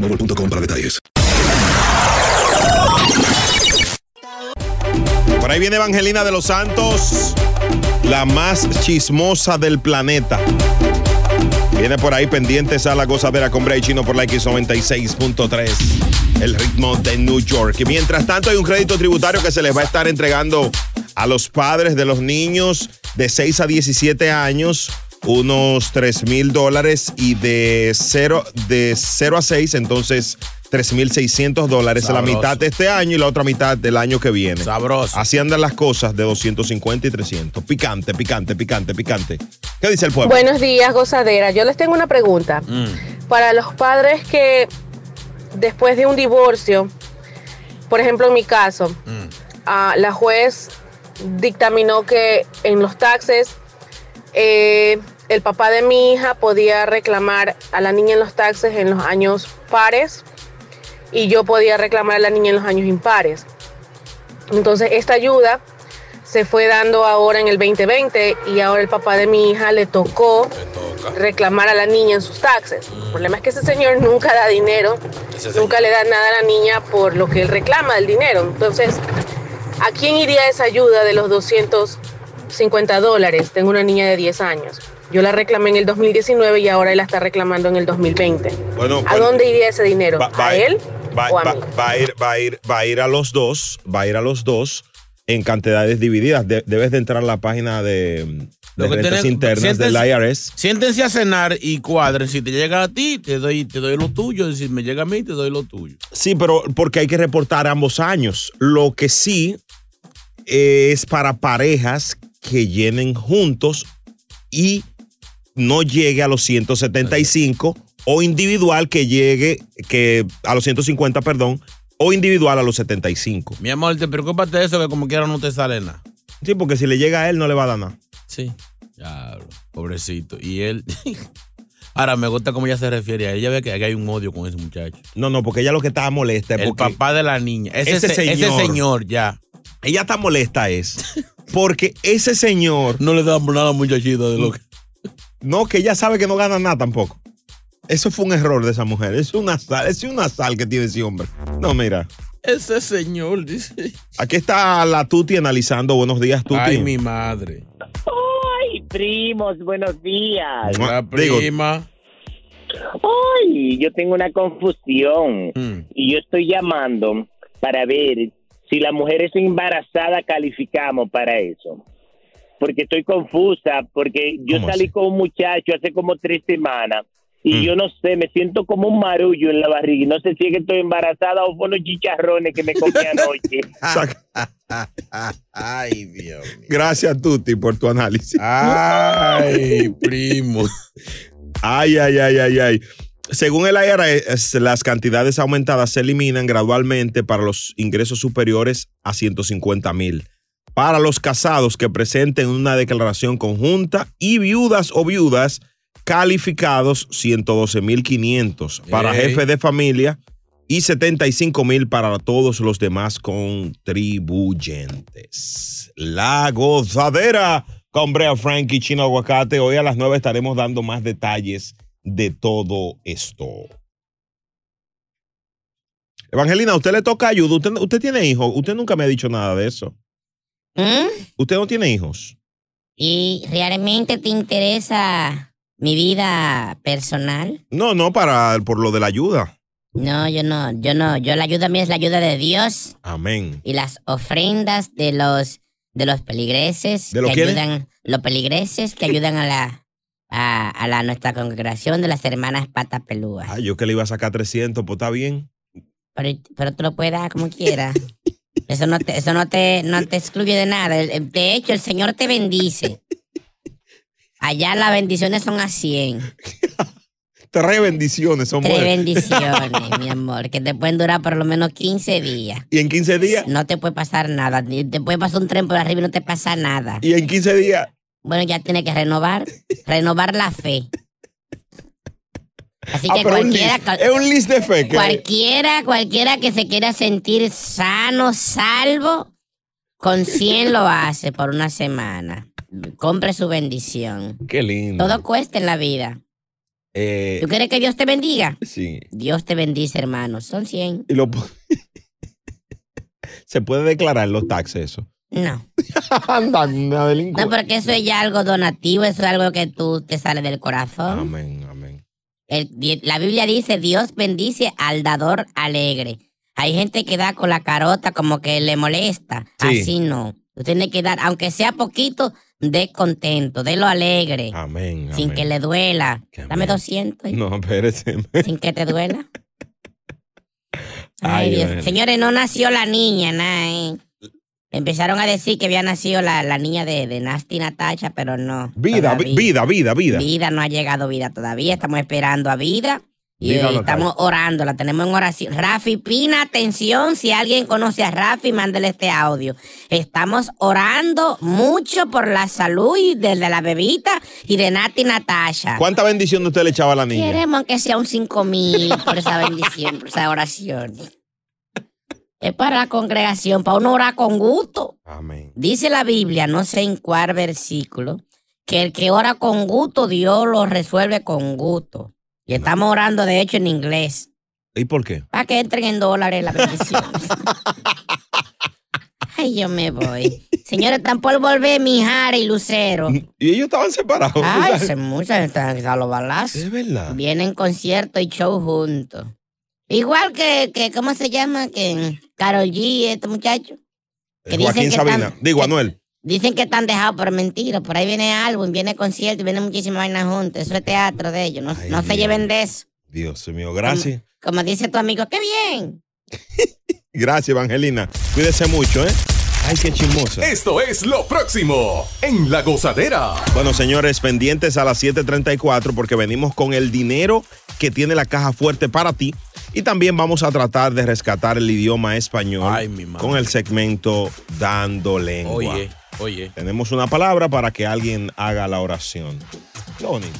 para detalles. Por ahí viene Evangelina de los Santos, la más chismosa del planeta. Viene por ahí pendientes a la gozadera con Bray Chino por la X96.3, el ritmo de New York. Y mientras tanto hay un crédito tributario que se les va a estar entregando a los padres de los niños de 6 a 17 años, unos 3 mil dólares y de 0, de 0 a 6, entonces 3.600 dólares, la Sabroso. mitad de este año y la otra mitad del año que viene. Sabroso. Así andan las cosas de 250 y 300. Picante, picante, picante, picante. ¿Qué dice el pueblo? Mm. Buenos días, gozadera. Yo les tengo una pregunta. Mm. Para los padres que después de un divorcio, por ejemplo en mi caso, ah, la juez dictaminó que en los taxes eh, el papá de mi hija podía reclamar a la niña en los taxes en los años pares y yo podía reclamar a la niña en los años impares. Entonces esta ayuda se fue dando ahora en el 2020 y ahora el papá de mi hija le tocó reclamar a la niña en sus taxes. El problema es que ese señor nunca da dinero, Ese señor. nunca le da nada a la niña por lo que él reclama del dinero. Entonces, ¿a quién iría esa ayuda de los 250 dólares? Tengo una niña de 10 años. Yo la reclamé en el 2019 y ahora él la está reclamando en el 2020. Bueno, ¿A bueno. dónde iría ese dinero? ¿A él? Va, va- va a ir, va, a ir, va a ir a los dos, va a ir a los dos en cantidades divididas. De- debes de entrar a la página de, de Lo que rentas tienen- internas siéntense- del IRS. Siéntense a cenar y cuadren. Si te llega a ti, te doy, te doy lo tuyo. Y si me llega a mí, te doy lo tuyo. Sí, pero porque hay que reportar ambos años. Lo que sí es para parejas que llenen juntos y no llegue a los 175 o individual que llegue que a los 150, perdón, o individual a los 75. Mi amor, te preocúpate de eso que como quiera no te sale nada. Sí, porque si le llega a él no le va a dar nada. Sí. Ya, pobrecito. Y él. Ahora me gusta cómo ella se refiere a él. Ella ve que aquí hay un odio con ese muchacho. No, no, porque ella lo que está molesta es El porque papá de la niña. Ese, Ese se- ese señor. señor ya. Ella está molesta es porque ese señor no le da nada muchachita de lo que no que ella sabe que no gana nada tampoco. Eso fue un error de esa mujer. Es una sal, es una sal que tiene ese hombre. No, mira. Ese señor, dice. Aquí está la Tuti analizando. Buenos días, Tuti. Ay, mi madre. ¡Ay, primos! Buenos días. La prima. ¡Ay! Yo tengo una confusión. Mm. Y yo estoy llamando para ver si las mujeres embarazadas calificamos para eso. Porque estoy confusa, porque yo salí con un muchacho hace como tres semanas y yo no sé, me siento como un marullo en la barriga. y No sé si es que estoy embarazada o por los chicharrones que me comí anoche. Ay, Dios Ah, Gracias, Tuti, por tu análisis. Ay, primo. Ay, ay, ay, ay, ay. Según el IRS, las cantidades aumentadas se eliminan gradualmente para los ingresos superiores a 150 mil. Para los casados que presenten una declaración conjunta y viudas o viudas calificados 112 mil 500 para Ey. jefe de familia y 75 mil para todos los demás contribuyentes. La gozadera con Brea Frankie Chino Aguacate. Hoy a las 9 estaremos dando más detalles de todo esto. Evangelina, ¿a usted le toca ayuda. ¿Usted, usted tiene hijos. Usted nunca me ha dicho nada de eso. ¿Mm? ¿Usted no tiene hijos? ¿Y realmente te interesa mi vida personal? No, no, para, por lo de la ayuda. No, yo no, yo no. Yo la ayuda mía es la ayuda de Dios Amén. y las ofrendas de los de los peligreses ¿De los que quiénes? ayudan, los peligreses que ayudan a la a, a la nuestra congregación de las hermanas patas pelúas. Ay, yo que le iba a sacar 300, pues está bien. Pero, pero tú lo puedes dar como quieras. Eso no te, eso no te, no te excluye de nada. El- el- De hecho, el Señor te bendice. Allá las bendiciones son a 100. Tres bendiciones son Tres buenas. bendiciones, mi amor, que te pueden durar por lo menos 15 días. Y en 15 días. No te puede pasar nada. Ni Te puede pasar un tren por arriba y no te pasa nada. Y en 15 días. Bueno, ya tienes que renovar, renovar la fe. Así Ah, que pero un cualquiera, list- es un list de fe. que- cualquiera, cualquiera que se quiera sentir sano, salvo, con 100 lo hace por una semana. Compre su bendición. Qué lindo. Todo cuesta en la vida. Eh, ¿Tú quieres que Dios te bendiga? sí. Dios te bendice, hermano. Son 100. Y lo po- Se puede declarar los taxes eso. No. Andan a No, porque eso es ya algo donativo, eso es algo que tú te sale del corazón. Amén, amén. El- di- la Biblia dice, Dios bendice al dador alegre. Hay gente que da con la carota como que le molesta. Sí. Así no. Tú tienes que dar, aunque sea poquito, de contento, de lo alegre. Amén. Sin amén. que le duela. Dame 200 y- No, espérese. sin que te duela. Ay, Dios. bueno. Señores, no nació la niña, nada, ¿eh? Empezaron a decir que había nacido la, la niña de, de Nasty Natasha, pero no. Vida, vi- todavía. vida, vida, vida. Vida no ha llegado vida todavía. Estamos esperando a vida. Y Vida eh, no estamos orando, la tenemos en oración. Rafi Pina, atención, si alguien conoce a Rafi, mándele este audio. Estamos orando mucho por la salud y de, de la bebita y de Nati Natasha. ¿Cuánta bendición usted le echaba a la niña? Queremos que sea un 5 mil por esa bendición, por esa oración. Es para la congregación, para uno orar con gusto. Amén. Dice la Biblia, no sé en cuál versículo, que el que ora con gusto, Dios lo resuelve con gusto. Y estamos orando, de hecho, en inglés. ¿Y por qué? Para que entren en dólares las bendiciones. Ay, yo me voy. Señores, tan por volver Mijara y Lucero. Y ellos estaban separados. Ay, ¿sabes? se muchas están a los balazos. Es verdad. Vienen concierto y show juntos. Igual que, que ¿cómo se llama? Que Carol G, este muchacho. Que Eh, Joaquín que Sabina. están- Digo, Anuel. Dicen que están dejados por mentira. Por ahí viene álbum, viene concierto, y viene muchísima vaina juntas. Eso es teatro de ellos. No, no se lleven de eso. Dios mío, gracias. Como dice tu amigo, qué bien. Gracias, Evangelina. Cuídese mucho, ¿eh? Ay, qué chismosa. Esto es lo próximo en La Gozadera. Bueno, señores, pendientes a las 7:34 porque venimos con el dinero que tiene la caja fuerte para ti y también vamos a tratar de rescatar el idioma español con el segmento Dando Lengua. Oye, oye. Tenemos una palabra para que alguien haga la oración. Qué bonito.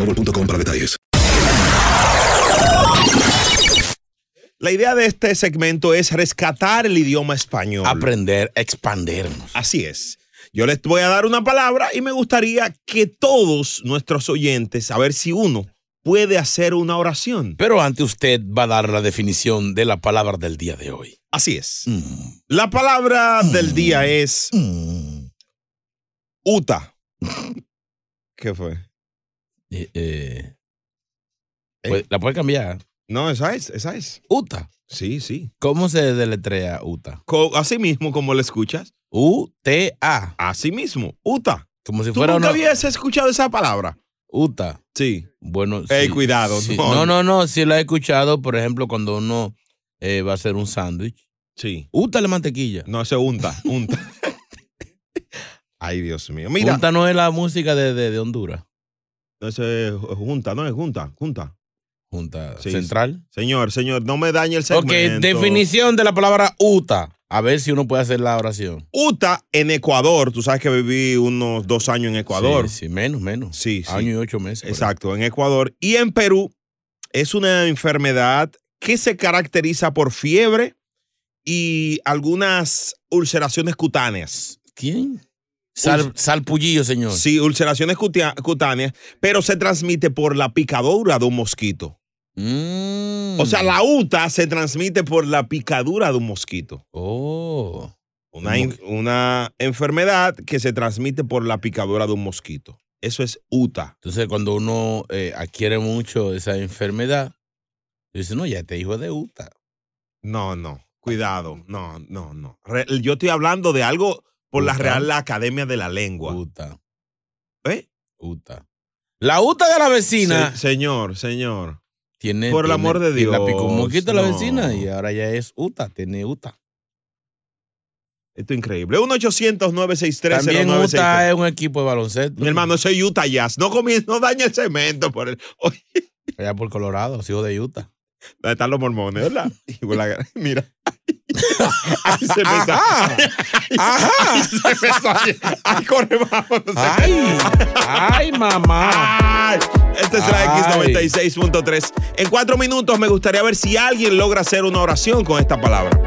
para detalles. La idea de este segmento es rescatar el idioma español. Aprender, expandirnos. Así es. Yo les voy a dar una palabra y me gustaría que todos nuestros oyentes, a ver si uno puede hacer una oración. Pero antes usted va a dar la definición de la palabra del día de hoy. Mm, Así es. La palabra del día es Mm. Uta. ¿Qué fue? Pues, la Eh, puede cambiar. Eh. No, esa es, esa es. Uta. Sí, sí. ¿Cómo se deletrea Uta? Co- así mismo como lo escuchas. U-T-A. Así mismo, Uta. Como si ¿Tú fuera nunca una- habías escuchado esa palabra? Uta. Sí. Bueno, Ey, Eh, cuidado, sí. no. No, no, no. Sí la he escuchado, por ejemplo, cuando uno eh, va a hacer un sándwich. Sí. Uta la mantequilla. No, se unta, unta. Ay, Dios mío. Mira. Unta no es la música de, de- de Honduras. Entonces, junta, no es junta, junta. Junta central. Señor, señor, no me dañe el segmento. Ok, definición de la palabra Uta. A ver si uno puede hacer la oración. Uta en Ecuador. Tú sabes que viví unos dos años en Ecuador. Sí, sí, menos, menos. Sí, sí. Año y ocho meses. por Exacto, en Ecuador. Y en Perú es una enfermedad que se caracteriza por fiebre y algunas ulceraciones cutáneas. ¿Quién? Sal- salpullillo, señor. Sí, ulceraciones cutia- cutáneas, pero se transmite por la picadura de un mosquito. Mm. O sea, la UTA se transmite por la picadura de un mosquito. Oh. Una, in- una enfermedad que se transmite por la picadura de un mosquito. Eso es UTA. Entonces, cuando uno eh, adquiere mucho esa enfermedad, dice, no, ya este hijo es de Uta. No, no. Cuidado. No, no, no. Re- yo estoy hablando de algo por la Uta. Real Academia de la Lengua. Uta. ¿Eh? Uta. La Uta de la vecina. Se- señor, señor. Tiene, Por el tiene- amor de tiene Dios. La picó un mosquito la no. vecina y ahora ya es Uta, tiene Uta. Esto es increíble. 1 800 963 También Uta es un equipo de baloncesto. Mi hermano, soy Utah Jazz. No, comien- no daña el cemento por el. Oye. Allá por Colorado, los hijos de Utah. Donde están los mormones, ¿verdad? Y con la- Mira. Ay, se me sa- Ay, se me salió. Ay, corre, vámonos. Ay, ay, mamá. Este es la Ay. X96.3. En cuatro minutos me gustaría ver si alguien logra hacer una oración con esta palabra.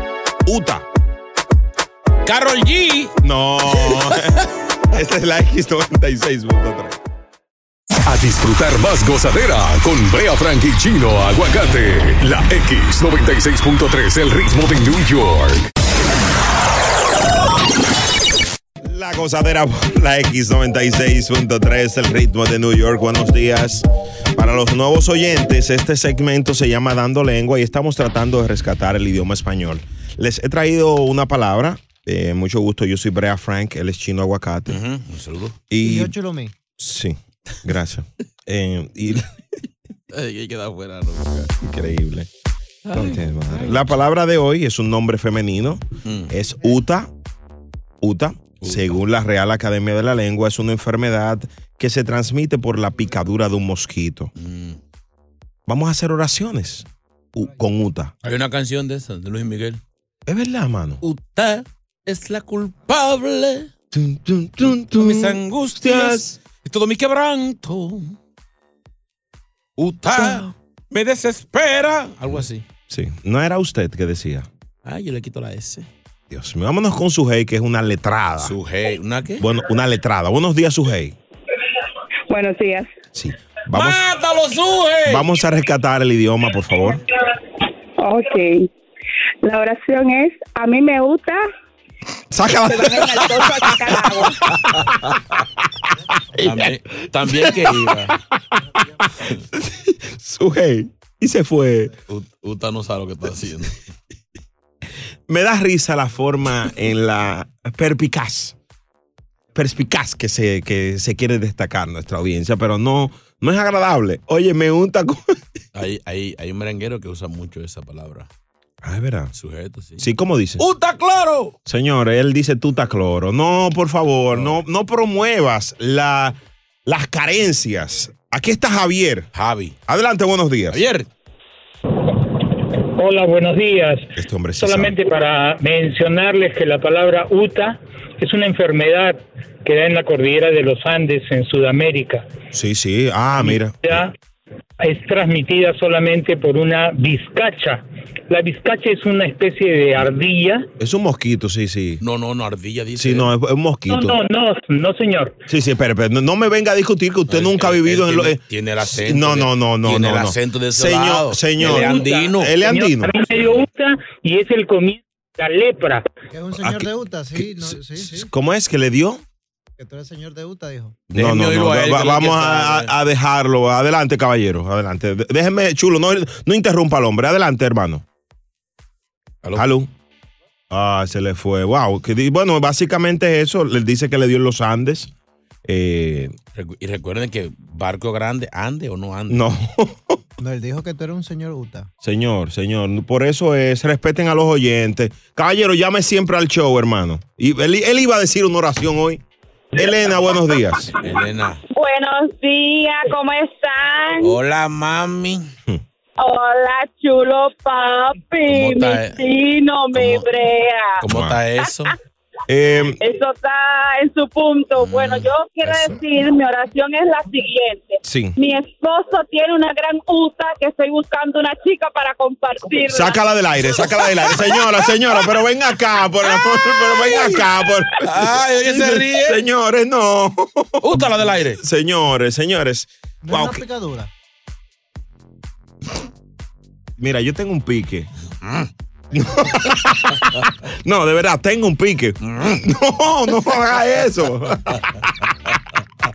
Uta. Carol G. No. Esta es la X96.3. A disfrutar más gozadera con Brea Frank y Chino Aguacate. La X96.3, el ritmo de New York. La gozadera por la X96.3, el ritmo de New York. Buenos días. Para los nuevos oyentes, este segmento se llama Dando Lengua y estamos tratando de rescatar el idioma español. Les he traído una palabra. eh, mucho gusto, yo soy Brea Frank, él es chino aguacate. Un saludo. Y Y yo chulomé. sí, gracias. Eh, y Ay, que queda afuera. increíble. No tiene madre. La palabra de hoy es un nombre femenino. Mm. Es UTA. UTA, según la Real Academia de la Lengua, es una enfermedad que se transmite por la picadura de un mosquito. Mm. Vamos a hacer oraciones u- con UTA. Hay una canción de esa, de Luis Miguel. Es verdad, mano. Uta es la culpable de mis angustias y todo mi quebranto. Uta me desespera. Algo así. Sí. No era usted que decía. Ay, yo le quito la S. Dios mío, vámonos con Sujei, que es una letrada. Sujei, ¿una qué? Bueno, una letrada. Buenos días, Sujei. Buenos días. Sí. Vamos, ¡Mátalo, suje! vamos a rescatar el idioma, por favor. Ok. La oración es, a mí me gusta. Sácala. que bajen al pozo a sacar agua. También, también que iba. Sujei. Y se fue. U- Uta no sabe lo que está haciendo. Me da risa la forma en la perpicaz. Perspicaz que se, que se quiere destacar nuestra audiencia, pero no, no es agradable. Oye, me unta con. Hay, hay, hay un merenguero que usa mucho esa palabra. Ah, es verdad. Sujeto, sí. Sí, como dice. ¡Uta, claro! Señor, él dice tuta cloro. No, por favor, no, no promuevas la, las carencias. Aquí está Javier. Javi. Adelante, buenos días. Javier. Hola, buenos días. Este hombre sí Solamente para mencionarles que la palabra UTA es una enfermedad que da en la cordillera de los Andes en Sudamérica. Sí, sí. Ah, mira. Ya es transmitida solamente por una vizcacha. La vizcacha es una especie de ardilla. Es un mosquito, sí, sí. No, no, no, ardilla, dice. Sí, no, es es un mosquito. No, no, no, no, señor. Sí, sí, pero, pero no- no me venga a discutir que usted nunca ha vivido en lo. eh, Tiene el acento. no, de- no, no, no, Tiene no, el no. acento de ese Señor- lado. señor. Él es andino. Él Señor, es andino. a mí me dio Uta y es el comienzo de la lepra. Que es ah, un señor de Utah, sí, no, sí, sí. ¿Cómo es que le dio? Que tú eres señor de Utah, dijo. No, no, no. va- vamos a, a dejarlo. Adelante, caballero. Adelante. De- Déjeme, chulo. No, no interrumpa al hombre. Adelante, hermano. ¿Aló? Ah, se le fue. Wow. Que di- Bueno, básicamente eso. Le dice que le dio en los Andes. Eh, Recu- Y recuerden que barco grande, ande o no ande. no. No, él dijo que tú eres un señor Utah. Señor, señor, por eso es, respeten a los oyentes. Caballero, llame siempre al show, hermano. Y él, él iba a decir una oración hoy. Elena, buenos días. Elena. Buenos días, ¿cómo están? Hola, mami. Hola, chulo papi, ¿Cómo mi está, e-, chino, mi brea. ¿Cómo está eso? Eso está en su Mm, punto. Bueno, yo quiero decir, mi oración es la siguiente. Sí. Mi esposo tiene una gran uta que estoy buscando una chica para compartir. Sácala del aire, sácala del aire. Señora, señora, pero ven acá, por favor, pero ven acá. Por... Ay, oye, se ríe. Señores, no. Útala del aire. Señores, señores. No es Wow, una que- picadura. Mira, yo tengo un pique. Mm. no, de verdad, tengo un pique. Mm. no, no haga eso.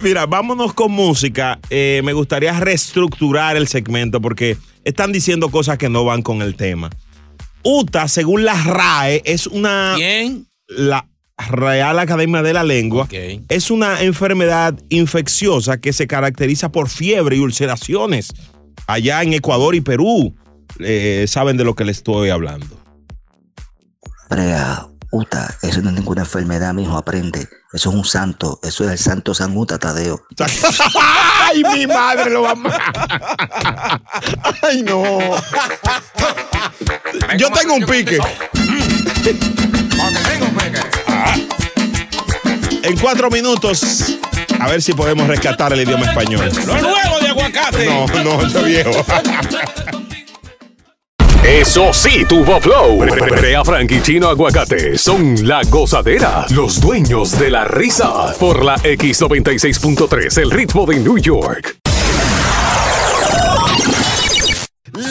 Mira, vámonos con música. Eh, me gustaría reestructurar el segmento porque están diciendo cosas que no van con el tema. UTA, según la RAE, es una... La Real Academia de la Lengua. Es una enfermedad infecciosa que se caracteriza por fiebre y ulceraciones. Allá en Ecuador y Perú eh, saben de lo que les estoy hablando. Prea, Uta, eso no es ninguna enfermedad, mijo, aprende. Eso es un santo, eso es el santo San Uta Tadeo. ¡Ay, mi madre lo va a amar! ¡Ay, no! Yo tengo un pique. En cuatro minutos, a ver si podemos rescatar el idioma español. Lo nuevo de aguacate. No, no, está viejo. Eso sí, tuvo flow. Brea Frank y Chino Aguacate son la gozadera, los dueños de la risa. Por la X96.3, el ritmo de New York.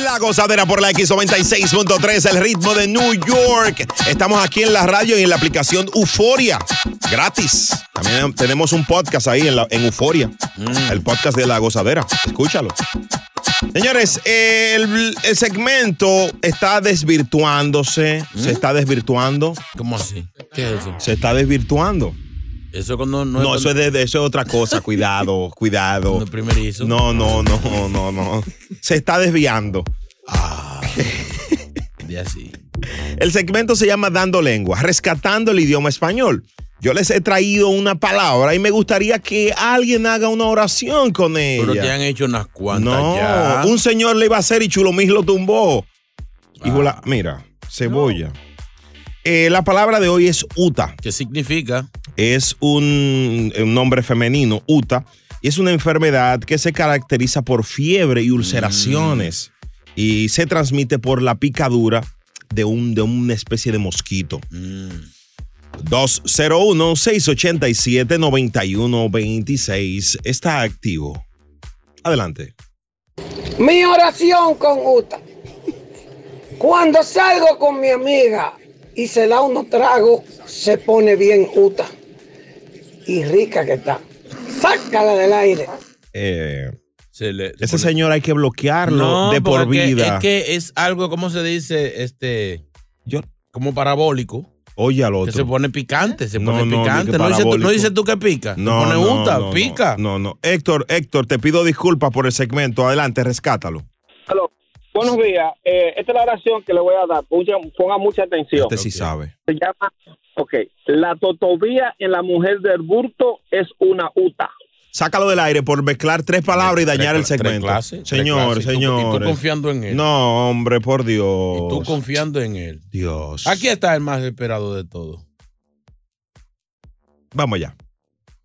La gozadera por la X96.3, el ritmo de New York. Estamos aquí en la radio y en la aplicación Euforia. Gratis. También tenemos un podcast ahí en, la- en Euforia. Mm. El podcast de la gozadera. Escúchalo. Señores, el, el segmento está desvirtuándose. Se está desvirtuando. Mm. ¿Cómo así? ¿Qué es eso? Se está desvirtuando. Eso cuando no, No, eso es, de- de- eso es otra cosa. Cuidado, cuidado. No, no, no, no, no. Se está desviando. Ah. de así. El segmento se llama Dando Lengua, rescatando el idioma español. Yo les he traído una palabra y me gustaría que alguien haga una oración con ella. Pero te han hecho unas cuantas no, ya. un señor le iba a hacer y Chulomis lo tumbó. Hijo Ah. la- mira, cebolla. Eh, la palabra de hoy es Uta. ¿Qué significa? Es un, un nombre femenino, Uta, y es una enfermedad que se caracteriza por fiebre y ulceraciones Mm. y se transmite por la picadura de, un, de una especie de mosquito. Mm. 201-687-9126 está activo. Adelante. Mi oración con Uta. Cuando salgo con mi amiga y se da unos tragos, se pone bien Uta. Y rica que está. Sácala del aire. Eh, Se le- ese señor hay que bloquearlo No, de por porque vida. Es que es algo, ¿cómo se dice? Este. Yo. Como parabólico. Oye al Que se pone picante, se No, pone no, picante. dije No, dices tú, parabólico. no dices tú que pica. Se No, pone no, unta, no, no, pica. No, no, Héctor, Héctor, te pido disculpas por el segmento. Adelante, rescátalo. Aló. Buenos días. Eh, esta es la oración que le voy a dar. Mucha- ponga mucha atención. Este sí sabe. Se llama, ok, la totovía en la mujer del burto es una uta. Sácalo del aire por mezclar tres palabras y dañar el segmento. señor, clases. Y tú- señor. y tú confiando en él. No, hombre, por Dios. Tú confiando en él. Dios. Aquí está el más esperado de todo. Vamos allá.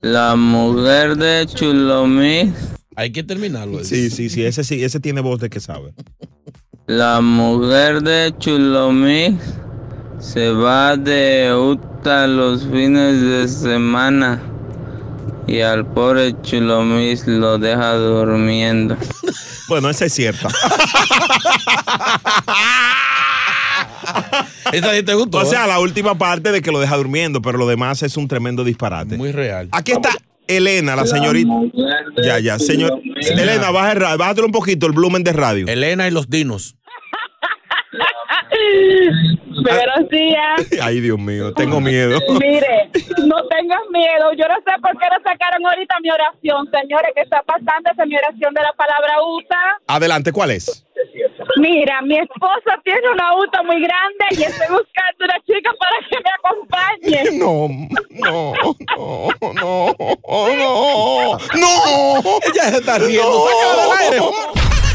La mujer de Chulomí. Hay que terminarlo. Sí, sí, sí. Ese sí, ese tiene voz de que sabe. La mujer de Chulomix se va de Utah los fines de semana y al pobre Chulomix lo deja durmiendo. Bueno, esa es cierta. Esa sí te gustó. O sea, la última parte de que lo deja durmiendo, pero lo demás es un tremendo disparate. Muy real. Aquí está Elena, la señorita. Ya, ya, señor. Elena, baja el ra- bájatelo un poquito el volumen de radio. Elena y los dinos. Ah. Buenos días. Ay, Dios mío, tengo miedo. Mire, no tengas miedo. Yo no sé por qué no sacaron ahorita mi oración, señores. ¿Qué está pasando? Esa es mi oración de la palabra UTA. Adelante, ¿cuál es? Mira, mi esposa tiene una UTA muy grande y estoy buscando una chica para que me acompañe. No, no, no, no, no, no. Ella se está riendo. sácala del aire.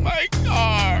My car.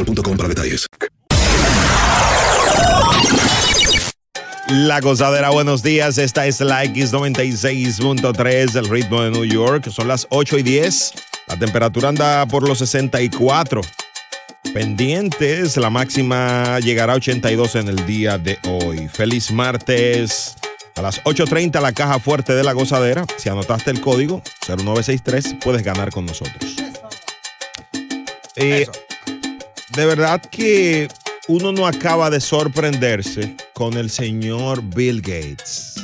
para detalles. La gozadera, buenos días. Esta es la X96.3, el ritmo de New York. Son las 8 y 10. La temperatura anda por los 64. Pendientes, la máxima llegará a 82 en el día de hoy. Feliz martes. A las 8.30 la caja fuerte de la gozadera. Si anotaste el código 0963, puedes ganar con nosotros. Eh, de verdad que uno no acaba de sorprenderse con el señor Bill Gates.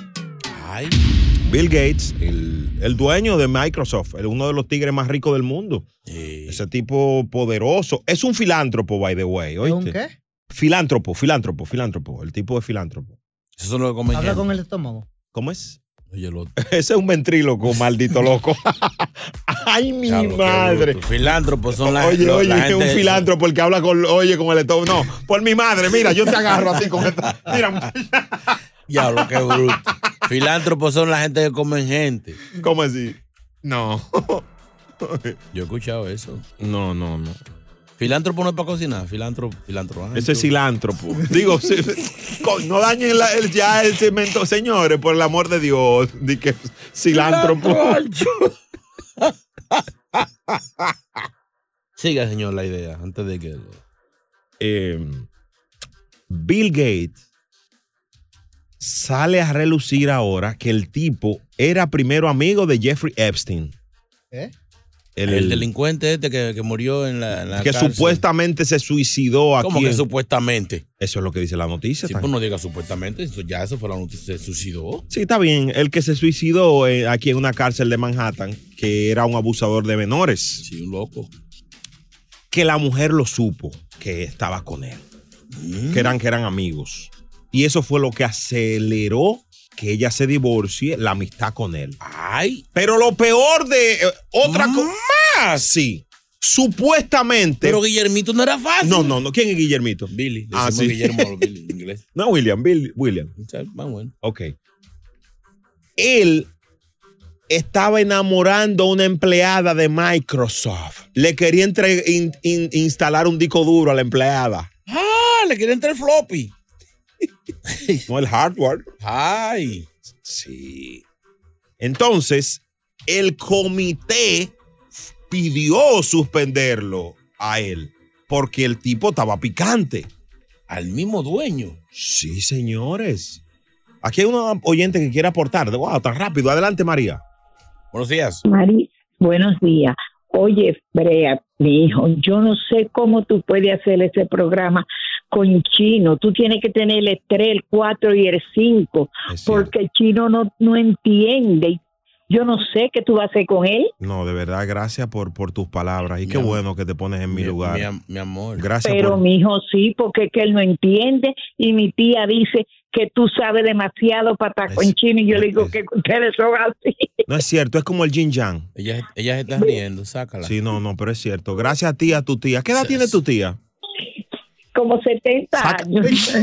Bill Gates, el, el dueño de Microsoft, el- uno de los tigres más ricos del mundo. Ese tipo poderoso. Es un filántropo, by the way. ¿oíste? ¿Un qué? Filántropo, filántropo, filántropo. El tipo de filántropo. Eso es lo que Habla con el estómago. ¿Cómo es? Ese es un ventríloco, maldito loco. Ay, mi madre. Filántropos son las. Oye, lo- oye, este la gente- un filántropo el que habla con, oye, con el estómago. No, por mi madre, mira, yo te agarro así con esta. Mira, Diablo, qué bruto. Filántropos son la gente que comen gente. ¿Cómo así? No. Yo he escuchado eso. No, no, no. Filántropo no es para cocinar, ah. filántropo, filántropo. ese es filántropo. Digo, sí, co- no dañen la- el- ya el cemento. Señores, por el amor de Dios, di que filántropo. Siga, señor, la idea, antes de que. eh, Bill Gates sale a relucir ahora que el tipo era primero amigo de Jeffrey Epstein. ¿Eh? El, delincuente este que, que murió en la, en la que cárcel. supuestamente se suicidó aquí. ¿Cómo que en- supuestamente? Eso es lo que dice la noticia. Si tan- pues no diga supuestamente, eso ya eso fue la noticia, se suicidó. Sí, está bien. El que se suicidó eh, aquí en una cárcel de Manhattan, que era un abusador de menores. Sí, un loco. Que la mujer lo supo, que estaba con él. Mm. Que, eran, que eran amigos. Y eso fue lo que aceleró que ella se divorcie, la amistad con él. Ay. Mm. Pero lo peor de eh, otra cosa. Más, sí. Supuestamente. Pero Guillermito no era fácil. No, no, no. ¿Quién es Guillermito? Billy. Ah, Decimos sí. Guillermo Billy en inglés. No, William, Bill, William. Más bueno. Ok. Él estaba enamorando a una empleada de Microsoft. Le quería entre- in- in- instalar un disco duro a la empleada. Ah, le quería entrar el floppy. No el hardware. Ay. Sí. Entonces, el comité pidió suspenderlo a él porque el tipo estaba picante. Al mismo dueño. Sí, señores. Aquí hay una oyente que quiere aportar. Wow, tan rápido. Adelante, María. Buenos días. Mari, buenos días. Oye, Brea, mi hijo, yo no sé cómo tú puedes hacer ese programa con chino. Tú tienes que tener el 3, el 4 y el 5, porque el chino no, no entiende. Yo no sé qué tú vas a hacer con él. No, de verdad, gracias por, por tus palabras. Y qué bueno que te pones en mi, lugar. mi am- amor. Gracias Pero por... mi hijo sí, porque es que él no entiende. Y mi tía dice que tú sabes demasiado para estar con chino. Y yo le digo que ustedes son así. No es cierto, es como el Jin Yang. Ella, ella se está riendo, sácala. Sí, no, no, pero es cierto. Gracias a ti, a tu tía. ¿Qué edad tiene tu tía? Como 70 años.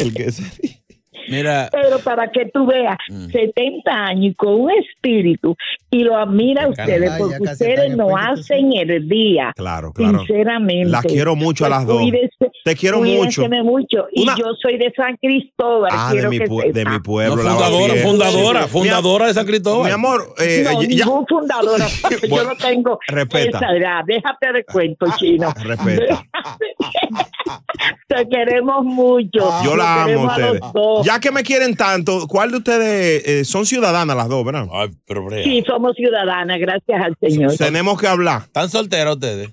El que Mira, Pero para que tú veas, Mm. 70 años y con un espíritu y lo admira a ustedes Ay, porque ya casi ustedes están no espíritus, hacen el día. Claro, claro. Sinceramente. Pues Las quiero mucho a las dos. Cuídense- Te quiero mucho. cuídenseme mucho. Y Una- yo soy de San Cristóbal. Ah, de quiero mi, que pue- de sepa. mi pueblo. No, la fundadora, Gabriela. fundadora, Mi- fundadora de San Cristóbal. Mi amor, eh, no, ya- ningún fundador. porque yo Bueno, no tengo respeta. esa edad. Déjate de cuento, chino. Respeta. Te queremos mucho. Ah. yo Los la amo queremos a los ustedes. dos. Ya que me quieren tanto, ¿cuál de ustedes eh, son ciudadanas las dos, verdad? Ay, pero Sí, somos ciudadanas, gracias al Señor. Tenemos que hablar. ¿Están solteros ustedes?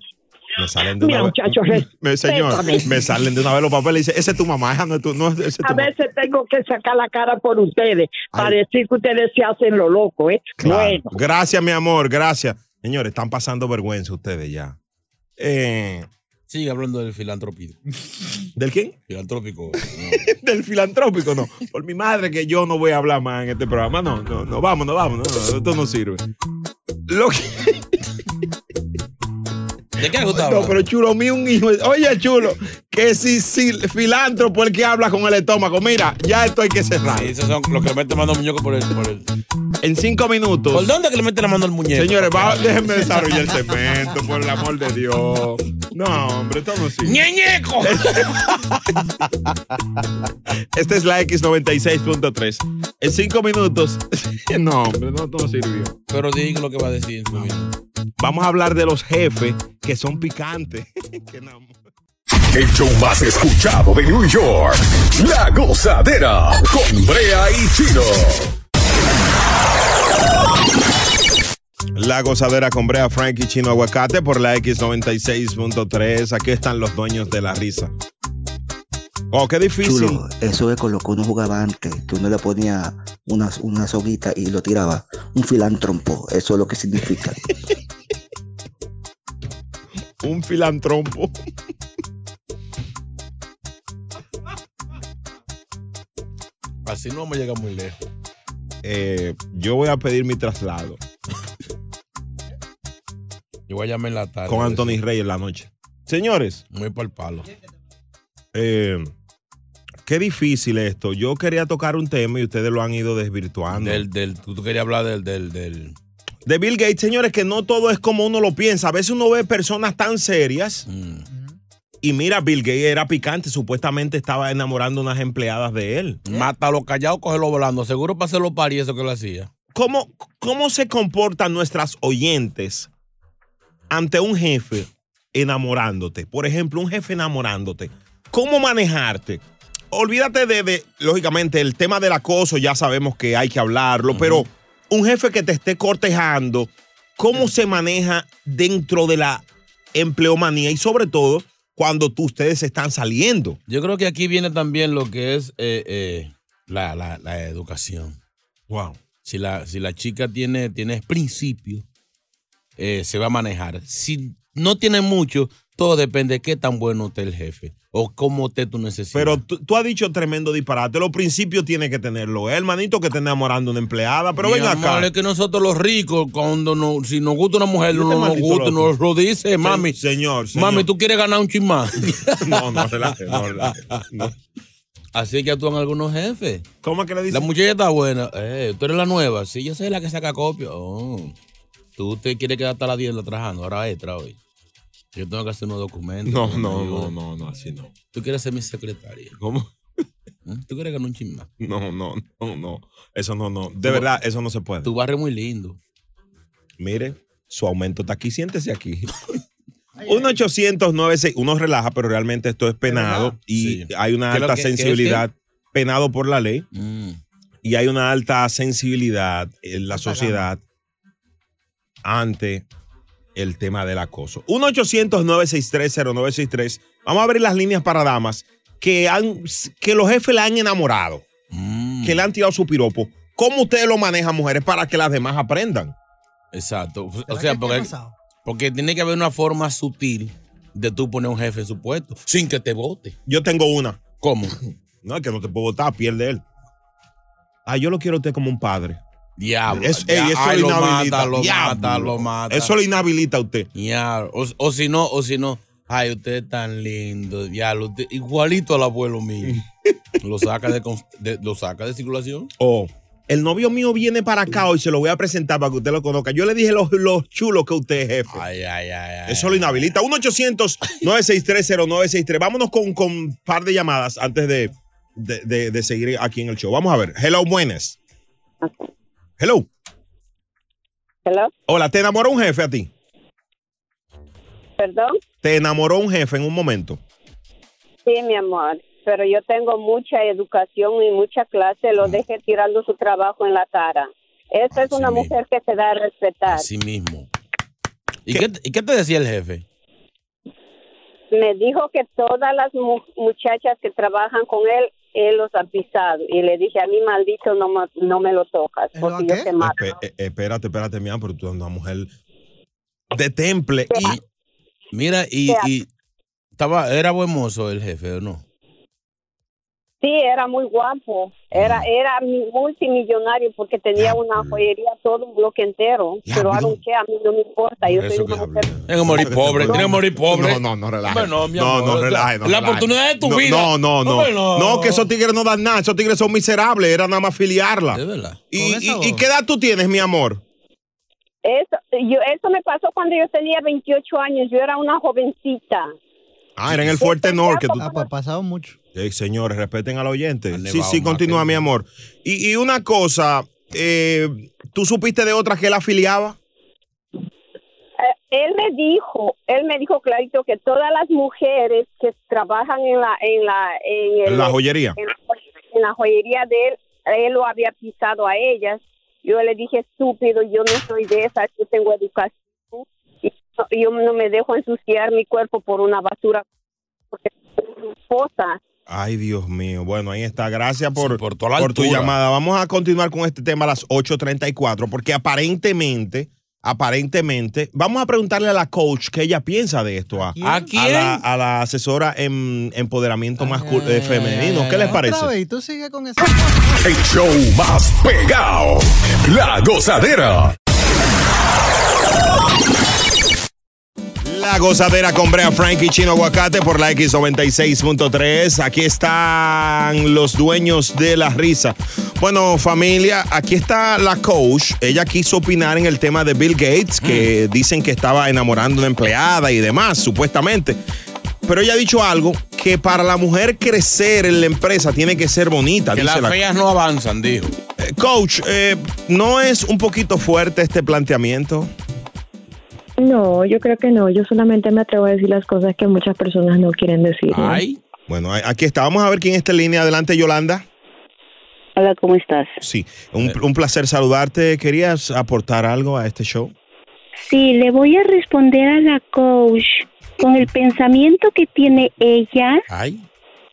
Me salen de una Mira, vez. muchacho, me, señor, respétame. me salen de una vez los papeles y dice, ese es tu mamá, esa no es tu, no, ese es tu A mamá". veces tengo que sacar la cara por ustedes para decir que ustedes se hacen lo loco, ¿eh? Claro. Bueno, Gracias, mi amor, gracias. Señores, están pasando vergüenza ustedes ya. Eh, Sigue hablando del filantrópico. ¿Del quién? Filantrópico. Del filantrópico, no. Por mi madre que yo no voy a hablar más en este programa. No, no, no, vamos, no, vamos, no, no, esto no sirve. Lo que... ¿De qué gustaba? No, pero chulo mío, un hijo. Oye, chulo, que si, si filántropo el que habla con el estómago. Mira, ya esto hay que cerrar. Esos son los que le meten mano al muñeco por el, por el. En cinco minutos. ¿Por dónde que le meten la mano al muñeco? Señores, va- déjenme desarrollar el segmento, por el amor de Dios. No, hombre, esto no sirve. ¡Ñeñeco! Esta Este es la X96.3. En cinco minutos. No, hombre, no, no sirvió. Pero diga lo que va a decir. en su minuto. Vamos a hablar de los jefes que son picantes. El show más escuchado de New York. La gozadera con Brea y Chino. La gozadera con Brea Frank y Chino Aguacate por la X96.3. Aquí están los dueños de la risa. Oh, qué difícil. Chulo, eso es con lo que uno jugaba antes, que uno le ponía una, una soguita y lo tiraba. Un filántropo, eso es lo que significa. Un filantrompo. Así no vamos a llegar muy lejos. Eh, yo voy a pedir mi traslado Yo voy a llamar en la tarde. con Anthony Rey en la noche. Señores. Muy por el palo. Eh, qué difícil esto. Yo quería tocar un tema y ustedes lo han ido desvirtuando. Del, del, tú, tú querías hablar del, del, del. De Bill Gates, señores, que no todo es como uno lo piensa. A veces uno ve personas tan serias. Y mira, Bill Gates era picante. Supuestamente estaba enamorando unas empleadas de él. Mátalo callado, cógelo volando. Seguro para hacerlo pari eso que lo hacía. ¿Cómo, ¿Cómo se comportan nuestras oyentes ante un jefe enamorándote? Por ejemplo, un jefe enamorándote. ¿Cómo manejarte? Olvídate de, de- lógicamente, el tema del acoso, ya sabemos que hay que hablarlo, pero un jefe que te esté cortejando cómo se maneja dentro de la empleomanía y sobre todo cuando tú, ustedes están saliendo. Yo creo que aquí viene también lo que es eh, eh, la, la- la educación. Wow. Si la, si la chica tiene, tiene principios, eh, se va a manejar. Si no tiene mucho, todo depende de qué tan bueno esté el jefe o cómo esté tu necesidad. Pero tú, tú has dicho tremendo disparate. Los principios tiene que tenerlo. El hermanito que está enamorando a una empleada. Pero Mi ven acá. amor, Es que nosotros los ricos, cuando no, si nos gusta una mujer, Este no nos maldito gusta, loco. nos lo dice, mami. Señor, Mami, tú quieres ganar un chin más. no, no, relájate, no, Así que actúan algunos jefes. ¿Cómo es que le dicen? La muchacha está buena. Eh, tú eres la nueva. Sí, yo soy la que saca copia. Oh. Tú te quieres quedar hasta las 10 la trabajando. Ahora extra hoy. Yo tengo que hacer unos documentos. No, una no, ayuda. no, no, no, así no. Tú quieres ser mi secretaria. ¿Eh? ¿Cómo? ¿Tú quieres ganar un chin más? No, no, no, no. Eso no, no. De Tú- verdad, eso no se puede. Tu barrio es muy lindo. Mire, su aumento está aquí. Siéntese aquí. 1 800 96 Uno relaja, pero realmente esto es penado y hay una ¿Qué es lo alta que- Mm. qué es sensibilidad. Penado por la ley. Y hay una alta sensibilidad en la sociedad ante el tema del acoso. 1-800-963-0963. Vamos a abrir las líneas para damas que, han, que los jefes la han enamorado, Mm. que le han tirado su piropo. ¿Cómo ustedes lo manejan, mujeres, para que las demás aprendan? Exacto. O sea, porque, casado? porque tiene que haber una forma sutil de tú poner un jefe en su puesto sin que te vote. Yo tengo una. ¿Cómo? No, es que no te puedo votar, pierde él. Ah, yo lo quiero a usted como un padre. Diablo. Eso, Ya, ey, eso ay, lo lo mata, inhabilita. lo Diablo. mata, lo mata. Eso lo inhabilita a usted. Ya, o, o si no, o si no, ay, usted es tan lindo, diablo, usted- igualito al abuelo mío. lo saca de, cons- de- lo saca de circulación. Oh, el novio mío viene para acá hoy, se lo voy a presentar para que usted lo conozca. Yo le dije los, los chulos que usted es jefe. Eso lo inhabilita. 1-800-963-0963. Vámonos con, con un par de llamadas antes de, de- de- de seguir aquí en el show. Vamos a ver. Hello, buenas. Hello. Hello. Hola, ¿te enamoró un jefe a ti? Perdón. ¿Te enamoró un jefe en un momento? Sí, mi amor, pero yo tengo mucha educación y mucha clase, Mm. lo dejé tirando su trabajo en la cara. Esa es una mujer que se da a respetar. Así mismo. ¿Y qué, te- y qué te decía el jefe? Me dijo que todas las mu- muchachas que trabajan con él, él los ha pisado. Y le dije, a mí maldito no, ma- no me lo tocas, porque yo te mato. Espe- eh, espérate, espérate, mía, pero tú eres una mujer de temple y Mira, y, Ya. y estaba, era buen mozo el jefe, ¿o no? Sí, era muy guapo. Era era mi- multimillonario porque tenía una joyería todo un bloque entero. Pero I don't care, a mí no me importa. Yo soy una mujer. Tiene que morir pobre, tiene que morir pobre. No, no, no, relaje. Bueno, mi no, amor, no, o sea, relaje. La No, relaje. oportunidad de tu No, vida. No, no, no. Bueno. No, que esos tigres no dan nada. Esos tigres son miserables. Era nada más filiarla. De verdad. ¿Y, Con y, esa y voz. qué edad tú tienes, mi amor? Eso, yo, eso me pasó cuando yo tenía 28 años. Yo era una jovencita. Ah, era en el Fuerte Norte. que tú- Ah, pues pasado mucho. Ey, señores, respeten al oyente. Sí, nevado sí, más continúa, mi amor. Y, y una cosa, eh, ¿tú supiste de otras que él afiliaba? Eh, él me dijo, él me dijo clarito que todas las mujeres que trabajan en la en la en, el- La joyería. en, en la joyería de él, él lo había pisado a ellas. Yo le dije estúpido, yo no soy de esas, yo tengo educación y no- yo no me dejo ensuciar mi cuerpo por una basura porque soy su esposa. Ay, Dios mío. Bueno, ahí está. Gracias por, por, la tu altura. llamada. Vamos a continuar con este tema a las 8.34, porque aparentemente, aparentemente, vamos a preguntarle a la coach qué ella piensa de esto. ¿A, quién? ¿A quién? la, a la asesora en empoderamiento mascul- eh, femenino. ¿Qué les Otra parece? vez, y tú sigues con eso. El show más pegado. La gozadera. La gozadera con Brea Frank y Chino Aguacate por la X96.3. Aquí están los dueños de la risa. Bueno, familia, aquí está la coach. Ella quiso opinar en el tema de Bill Gates, Mm. que dicen que estaba enamorando a una empleada y demás, supuestamente. Pero ella ha dicho algo que para la mujer crecer en la empresa tiene que ser bonita. Que dice las la- feas no avanzan, dijo. Eh, Coach, eh, ¿no es un poquito fuerte este planteamiento? No, yo creo que no. Yo solamente me atrevo a decir las cosas que muchas personas no quieren decir. ¿no? Bueno, a- aquí está. Vamos a ver quién está en línea. Adelante, Yolanda. Hola, ¿cómo estás? Sí, un, un placer saludarte. ¿Querías aportar algo a este show? Sí, le voy a responder a la coach. Con el pensamiento que tiene ella,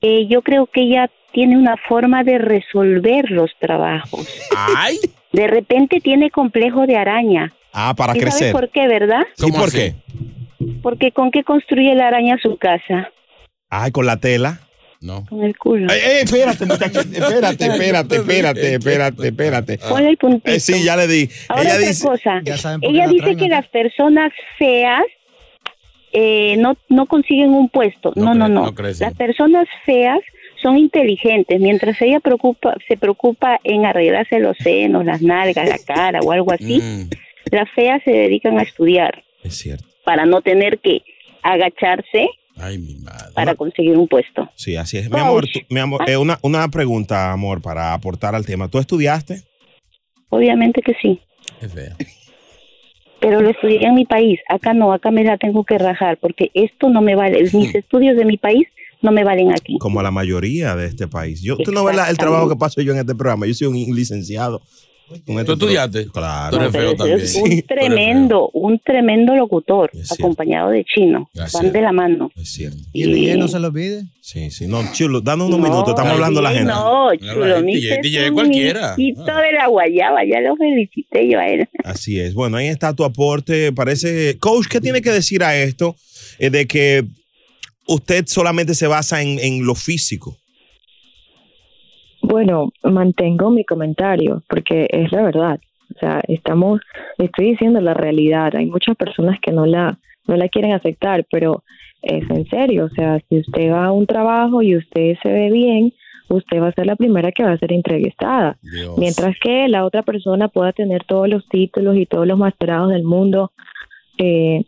eh, yo creo que ella tiene una forma de resolver los trabajos. De repente tiene complejo de araña. Ah, para ¿Y sabes crecer. por qué, verdad? ¿Y por qué? Porque con qué construye la araña su casa. Ay, con la tela. Con el culo. Ey, ey, espérate, muchacho, espérate, espérate, espérate, espérate, espérate. Ah. Ponle el puntito. Eh, sí, ya le di. Ahora Ella otra dice, cosa. por qué Ella la dice traen que las personas feas eh, no, no consiguen un puesto. No, no, no. crecen. las personas feas son inteligentes. Mientras ella preocupa, se preocupa en arreglarse los senos, las nalgas, la cara o algo así, las feas se dedican a estudiar. Mm. Es cierto. Para no tener que agacharse para conseguir un puesto. Sí, así es. Mi amor, tú- mi amor eh, una, una pregunta, amor, para aportar al tema. ¿Tú estudiaste? Obviamente que sí. Pero lo estudié en mi país. Acá no, acá me la tengo que rajar porque esto no me vale. Mis estudios de mi país no me valen aquí. Como la mayoría de este país. Yo, tú no ves la- el trabajo que paso yo en este programa. Yo soy un licenciado. ¿Tú estudiaste? Claro. Tú eres feo también. Es un tremendo, un tremendo locutor acompañado de chino. Ah, Van de la mano. Y el DJ no se lo olvide. Sí, sí. No, chulo, danos unos No, minutos. Estamos hablando la DJ gente. No, chulo, mi Ah. Quito de la guayaba, ya lo felicité yo a él. Así es. Bueno, ahí está tu aporte. Parece, coach, ¿qué tiene que decir a esto eh, de que usted solamente se basa en, en lo físico? Bueno, mantengo mi comentario porque es la verdad. O sea, estamos, estoy diciendo la realidad. Hay muchas personas que no la, no la quieren aceptar, pero es en serio. O sea, si usted va a un trabajo y usted se ve bien, usted va a ser la primera que va a ser entrevistada. Mientras que la otra persona pueda tener todos los títulos y todos los masterados del mundo, eh,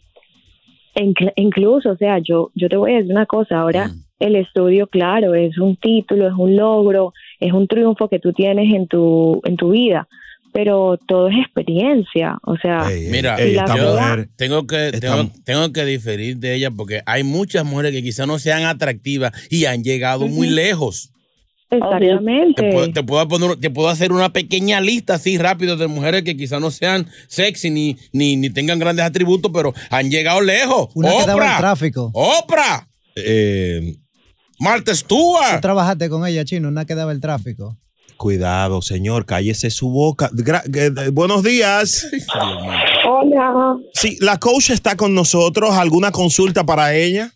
Incl- incluso, o sea, yo, yo te voy a decir una cosa, ahora el estudio, claro, es un título, es un logro, es un triunfo que tú tienes en tu, en tu vida, pero todo es experiencia, o sea, Mira, y la yo verdad- tengo que, tengo, tengo que diferir de ella porque hay muchas mujeres que quizás no sean atractivas y han llegado muy lejos. exactamente. Te puedo, te puedo poner- te puedo hacer una pequeña lista así rápido de mujeres que quizás no sean sexy ni, ni, ni tengan grandes atributos, pero han llegado lejos. Una que daba el Oprah, tráfico. Oprah, Eh, Marta Stewart. Tú trabajaste con ella, chino, una que daba el tráfico. Cuidado, señor, cállese su boca. Gra- eh, eh, buenos días. Hola. Sí, la coach está con nosotros. ¿Alguna consulta para ella?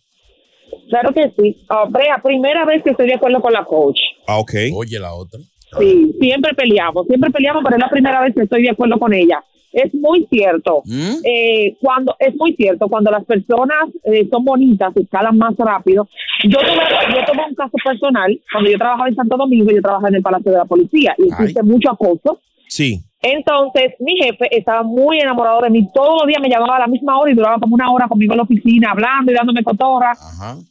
Claro que sí. Ah, Brea, primera vez que estoy de acuerdo con la coach. Ah, ok. Oye, la otra. Sí, siempre peleamos, siempre peleamos, pero es la primera vez que estoy de acuerdo con ella. Es muy cierto. Eh, cuando es muy cierto cuando las personas eh, son bonitas se escalan más rápido. Yo tuve, yo tuve un caso personal cuando yo trabajaba en Santo Domingo, yo trabajaba en el Palacio de la Policía y existe mucho acoso. Sí. Entonces, mi jefe estaba muy enamorado de mí. Todos los días me llamaba a la misma hora y duraba como una hora conmigo en la oficina, hablando y dándome cotorra.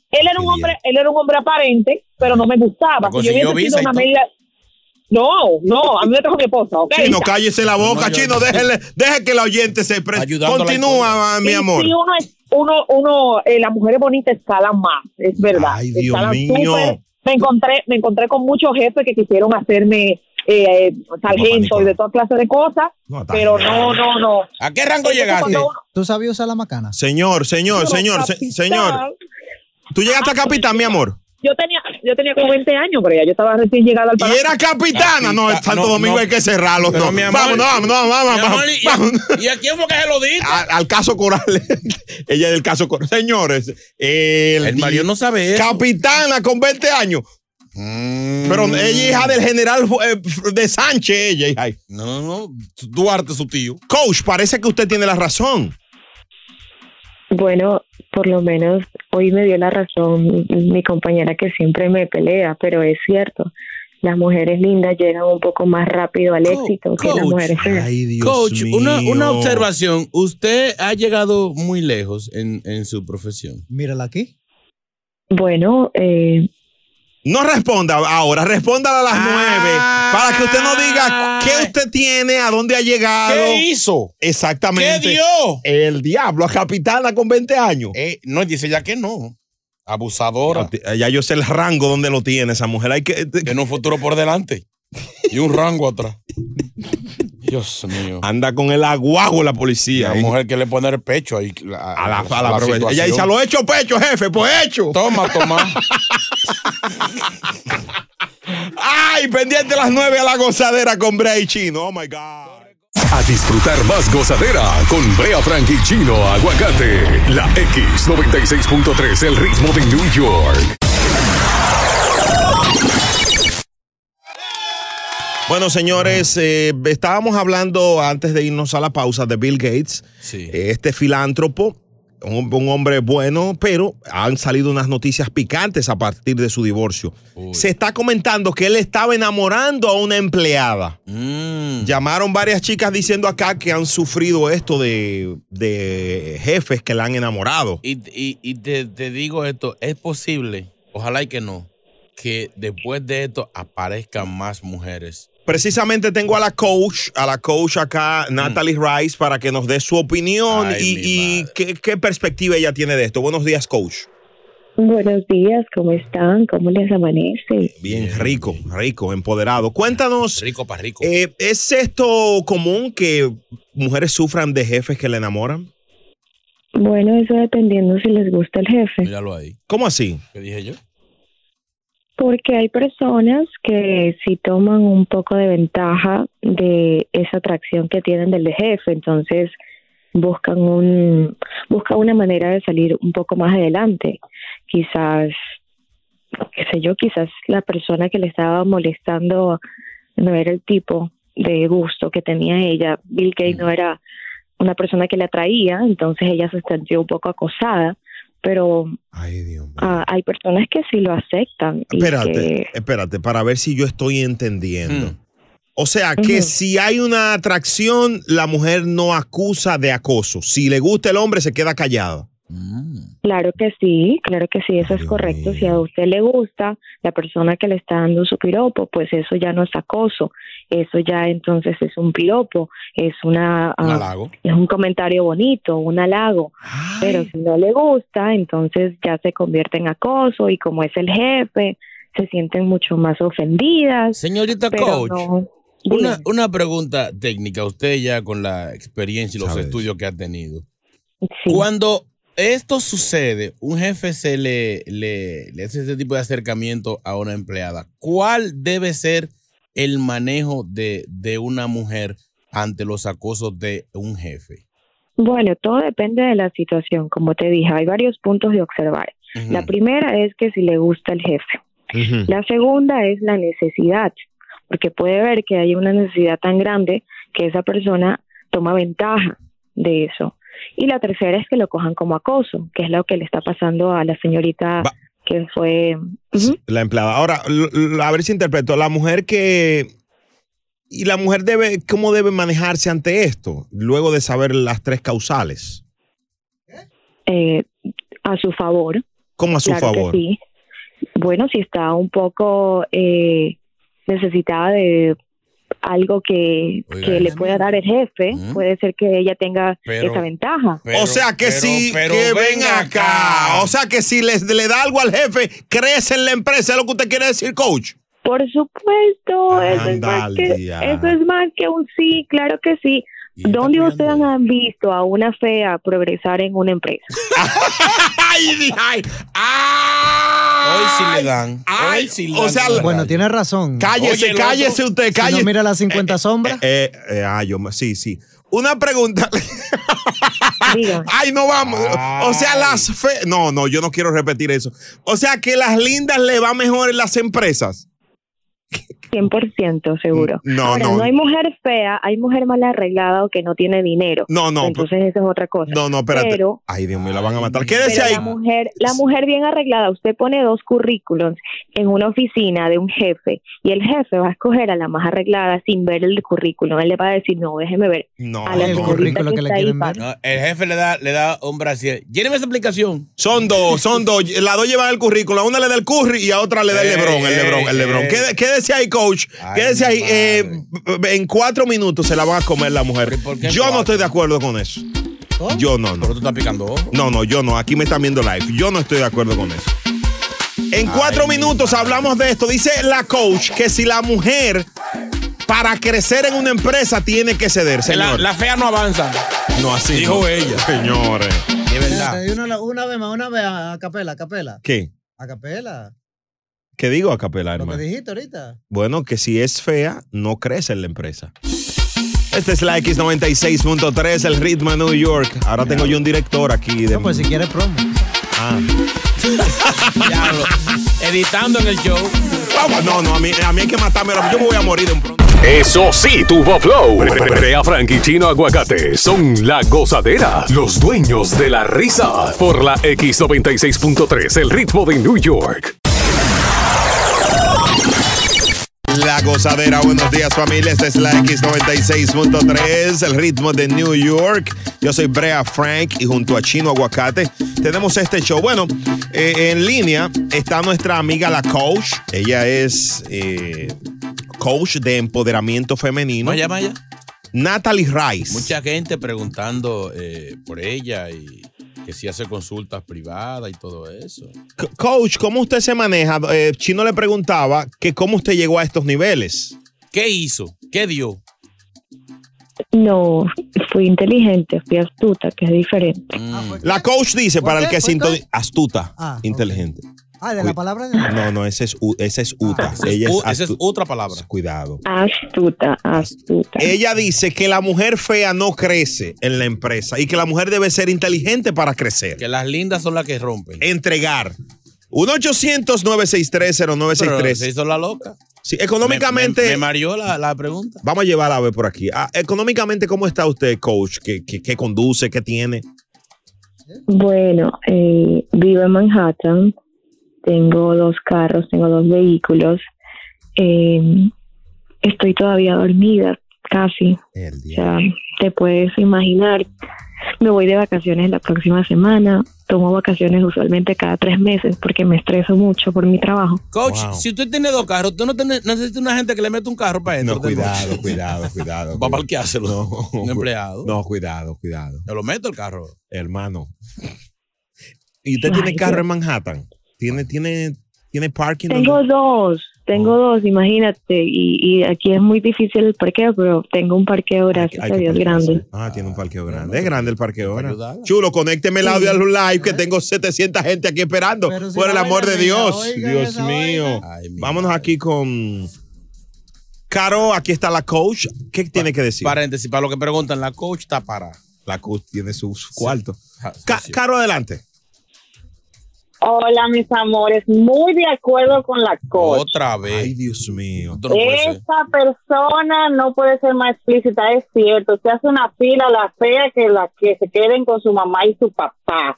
Él era un hombre, él era un hombre aparente, pero no me gustaba. Pero Si yo hubiese consiguió sido visa y una todo. media- No, no, a mí me trajo mi esposa, ¿ok? Chino, cállese la boca, chino. Déjele, deje que la oyente se pre- Continúa, ah, mi Y amor. sí, uno, es- uno, uno eh, las mujeres bonitas escalan más, es verdad. Ay, Dios Escalan mío. súper. Me encontré, me encontré con muchos jefes que quisieron hacerme eh, sargento y de toda clase de cosas, pero no, no, no. ¿A qué rango llegaste? ¿Tú sabías usar la macana? Señor, señor, señor, se- señor. Tú Ah, llegaste a capitán, mi amor. Yo tenía, yo tenía como 20 años, pero ya yo estaba recién llegada al Y era Ah, capitana. No, Capita- Santo no, Domingo no. hay que cerrarlo. Pero, No, mi vamos, amor, vamos, vamos, vamos, mi vamos. amor, ¿y- vamos. ¿Y a quién fue que se lo dijo? Al, al caso Corales. Ella es del caso Corales. Señores, el, marido no sabe eso. Mm. Capitana con 20 años. Pero ella es hija del general eh, de Sánchez, ella. hija. No, no, Duarte, su tío. Coach, parece que usted tiene la razón. Bueno, por lo menos hoy me dio la razón mi, mi compañera que siempre me pelea, pero es cierto. Las mujeres lindas llegan un poco más rápido al éxito que las coach. mujeres feas. Coach, una, mío. una observación. Usted ha llegado muy lejos en, en su profesión. Mírala aquí. Bueno, eh, No responda ahora, respóndala a las nueve Ah. para que usted no diga qué usted tiene, a dónde ha llegado. ¿Qué hizo? Exactamente. ¿Qué dio? Eh, El diablo, a capitana con 20 años. no, dice ya que no. Abusadora. Ya, ya yo sé el rango donde lo tiene esa mujer. Hay que. Tiene un futuro por delante y un rango atrás. Dios mío. Anda con el aguago la policía. La ¿eh? mujer que le pone el pecho ahí. A la, a la profesora. Ella dice, a lo hecho pecho, jefe, pues hecho. Toma, toma. Ay, pendiente a las 9 a la gozadera con Bray Chino. Oh my God. A disfrutar más gozadera con Brea Frank y Chino Aguacate. La X96.3, el ritmo de New York. Bueno, señores, eh, estábamos hablando antes de irnos a la pausa de Bill Gates, Eh, este filántropo, un, un hombre bueno, pero han salido unas noticias picantes a partir de su divorcio. Se está comentando que él estaba enamorando a una empleada. Llamaron varias chicas diciendo acá que han sufrido esto de, de jefes que la han enamorado. Y, y- y te, te digo esto, es posible, ojalá y que no, que después de esto aparezcan más mujeres. Precisamente tengo a la coach, a la coach acá, Natalie Rice, para que nos dé su opinión Mm. Ay, y, y qué, qué perspectiva ella tiene de esto. Buenos días, coach. Buenos días, ¿cómo están? ¿Cómo les amanece? Bien, rico, rico, empoderado. Cuéntanos. eh, Rico para rico. ¿Es esto común que mujeres sufran de jefes que le enamoran? Bueno, eso dependiendo si les gusta el jefe. Míralo ahí. ¿Cómo así? ¿Qué dije yo? Porque hay personas que si toman un poco de ventaja de esa atracción que tienen del jefe, entonces buscan un buscan una manera de salir un poco más adelante. Quizás qué sé yo, quizás la persona que le estaba molestando no era el tipo de gusto que tenía ella. Bill Gates no era una persona que le atraía, entonces ella se sintió un poco acosada, pero ah, hay personas que sí lo aceptan. y que- Espérate, espérate, para ver si yo estoy entendiendo. Mm. O sea, que Ujú. si hay una atracción, la mujer no acusa de acoso. Si le gusta el hombre, se queda callada. Claro que sí, claro que sí, eso es correcto. Si a usted le gusta la persona que le está dando su piropo, pues eso ya no es acoso, eso ya entonces es un piropo, es una, Un ah, halago. es un comentario bonito, un halago. Pero si no le gusta, entonces ya se convierte en acoso y como es el jefe, se sienten mucho más ofendidas. Señorita pero coach, no- Una, una pregunta técnica, usted ya con la experiencia y los estudios que ha tenido. Cuando esto sucede, un jefe se le, le, le hace este tipo de acercamiento a una empleada, ¿cuál debe ser el manejo de, de una mujer ante los acosos de un jefe? Bueno, todo depende de la situación, como te dije, hay varios puntos de observar. La primera es que si le gusta el jefe. Mm. La segunda es la necesidad, porque puede ver que hay una necesidad tan grande que esa persona toma ventaja de eso. Y la tercera es que lo cojan como acoso, que es lo que le está pasando a la señorita que fue... Ujú. La empleada. Ahora, l- l- a ver si interpreto. La mujer que. Y la mujer debe, ¿cómo debe manejarse ante esto? Luego de saber las tres causales. eh, a su favor. ¿Cómo a su Claro que favor? sí. Bueno, si está un poco eh, necesitada de algo que, Oiga, que le pueda dar el jefe, puede ser que ella tenga Pero- esa ventaja. o sea que si que ven acá. O sea que si les, le da algo al jefe, crece en la empresa. Es lo que usted quiere decir, coach. Por supuesto, eso Pues, es, más Ándale, que, ya. eso es más que un sí, claro que sí. ¿Dónde ustedes han visto a una fea progresar en una empresa? ay, ay, Hoy sí le dan. Ay, o sea, bueno, tiene razón. Cállese, cállese usted, cállese. Si no mira las 50 sombras. Eh, eh, ah, yo me- sí, sí. Una pregunta. Ay, no vamos. O sea, las fe. No, no, yo no quiero repetir eso. O sea, que las lindas le va mejor en las empresas. 100% seguro. No, Ahora, no. no hay mujer fea, hay mujer mal arreglada o que no tiene dinero. No, no, Entonces, eso es otra cosa. No, no, espérate. Pero, Ay, Dios mío, la van a matar. pero Quédese ahí. la, mujer, la mujer bien arreglada, usted pone dos currículums en una oficina de un jefe y el jefe va a escoger a la más arreglada sin ver el currículum. Él le va a decir, no, déjeme ver. No, a la señorita que está ahí para- No, el jefe le da, le da un brasier. Lléneme esa aplicación. Son dos, son dos. Las dos llevan el currículum. A una le da el curry y a otra le da el Ey, lebrón, el ey, lebrón, el lebrón. ey. Quede- Quédese ahí, coach. Quédese ahí. Eh, en cuatro minutos se la van a comer la mujer. Yo no estoy de acuerdo con eso. Yo no, no. Pero ¿Oh? tú estás picando. No, no, yo no. Aquí me están viendo live. Yo no estoy de acuerdo con eso. En cuatro minutos hablamos de esto. Dice la coach que si la mujer Para crecer en una empresa tiene que ceder, señor. La fea no avanza. no así. Dijo no. ella. Señores. De verdad. Una, una vez más, una vez a, a capela, a capela. ¿Qué? A capela. ¿Qué digo a capela, Lo que hermano? dijiste ahorita. Bueno, que si es fea, no crece en la empresa. Esta es la X96.3, el ritmo de New York. Ahora tengo yo un director aquí. De... No, pues si quieres promo. Ah. Diablo. Editando en el show. Vamos, no, no, a mí, a mí hay que matarme. Yo me voy a morir de un pronto. Eso sí, tuvo flow. Brea Frank y Chino Aguacate son la gozadera, los dueños de la risa. Por la X96.3, el ritmo de New York. La gozadera, buenos días familia, esta es la X96.3, el ritmo de New York. Yo soy Brea Frank y junto a Chino Aguacate tenemos este show. Bueno, eh, en línea está nuestra amiga la coach, ella es eh, coach de empoderamiento femenino. Vaya, vaya. Natalie Rice. Mucha gente preguntando eh, por ella y que si hace consultas privadas y todo eso. C- Coach, ¿cómo usted se maneja? Eh, Chino le preguntaba que cómo usted llegó a estos niveles. ¿Qué hizo? ¿Qué dio? No, fui inteligente, fui astuta, que es diferente. La coach dice, para el que sintoniza, astuta, Ah, inteligente. Ah, de Uy. la palabra. No, no, ese es, u- ese es UTA. Ella Ah. u- esa es otra palabra. Cuidado. Astuta, astuta. Ella dice que la mujer fea no crece en la empresa y que la mujer debe ser inteligente para crecer. Que las lindas son las que rompen. Entregar. 1-800-963-0963. Pero se hizo la loca. Sí, económicamente. Me, me- me mareó la, la pregunta. Vamos a llevar a ver por aquí. Ah, económicamente, ¿cómo está usted, coach? ¿Qué, qué- qué conduce? ¿Qué tiene? Bueno, eh, vivo en Manhattan, tengo dos carros, tengo dos vehículos, eh, estoy todavía dormida, casi. O sea, te puedes imaginar, me voy de vacaciones la próxima semana, tomo vacaciones usualmente cada tres meses porque me estreso mucho por mi trabajo. Coach, si usted tiene dos carros, tú no tenés- necesitas una gente que le meta un carro para adentro. No, cuidado, cuidado, cuidado. Va a parqueárselo. un empleado. No, cuidado, cuidado. Yo lo meto el carro. Hermano. ¿Y usted tiene Ay, carro Dios. en Manhattan? ¿Tiene, tiene, tiene parking? donde- Tengo dos, tengo dos, imagínate, y, y aquí es muy difícil el parqueo, pero tengo un parqueo, gracias hay a que Dios, parquearse. grande. Ah, tiene un parqueo grande. Es grande el parqueo ahora. Chulo, conécteme el audio al live Eh. que tengo 700 gente aquí esperando. Por el amor de Dios. Dios mío. Vámonos aquí con. Caro, aquí está la coach. ¿Qué tiene que decir? Paréntesis, para lo que preguntan, la coach está para. La coach tiene sus cuartos. Caro, adelante. Hola, mis amores. Muy de acuerdo con la coach. Otra vez. Ay, Dios mío. Esta persona no puede ser más explícita, es cierto. Se hace una pila la fea que la que se queden con su mamá y su papá.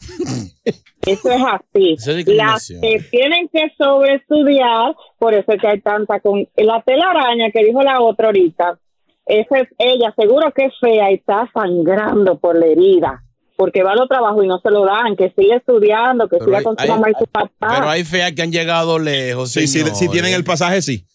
Eso es así. Eso es Las discriminación. que tienen que sobreestudiar, por eso es que hay tanta con la telaraña que dijo la otra ahorita. Esa es ella, seguro que es fea y está sangrando por la herida, porque va a los trabajos y no se lo dan, que sigue estudiando, que siga con su hay- mamá y su papá. Pero hay feas que han llegado lejos. Sí, sí, si tienen el pasaje, sí.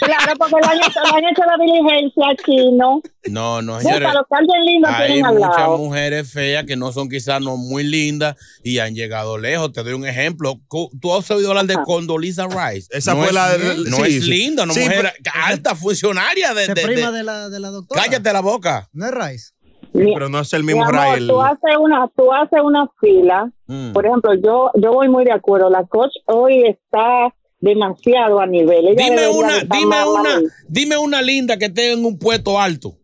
Claro, porque lo han hecho, lo han hecho la diligencia chino. No, no, señores. Búscalo, que alguien lindo Hay tienen al muchas lado. mujeres feas que no son quizás no muy lindas y han llegado lejos. Te doy un ejemplo. Co- Tú has oído hablar de Ah. Condoleezza Rice. Esa No fue es- la- No sí, es sí. linda, una Sí, mujer alta funcionaria de. Se de- prima de- de la, de la doctora. Cállate la boca. No es Rice. Pero no es el Mi amor, tú haces una, tú haces una fila. Mm. Por ejemplo, yo, yo voy muy de acuerdo. La coach hoy está demasiado a nivel. Ella Dime debería una, estar dime más una, ahí. dime una linda que esté en un puesto alto.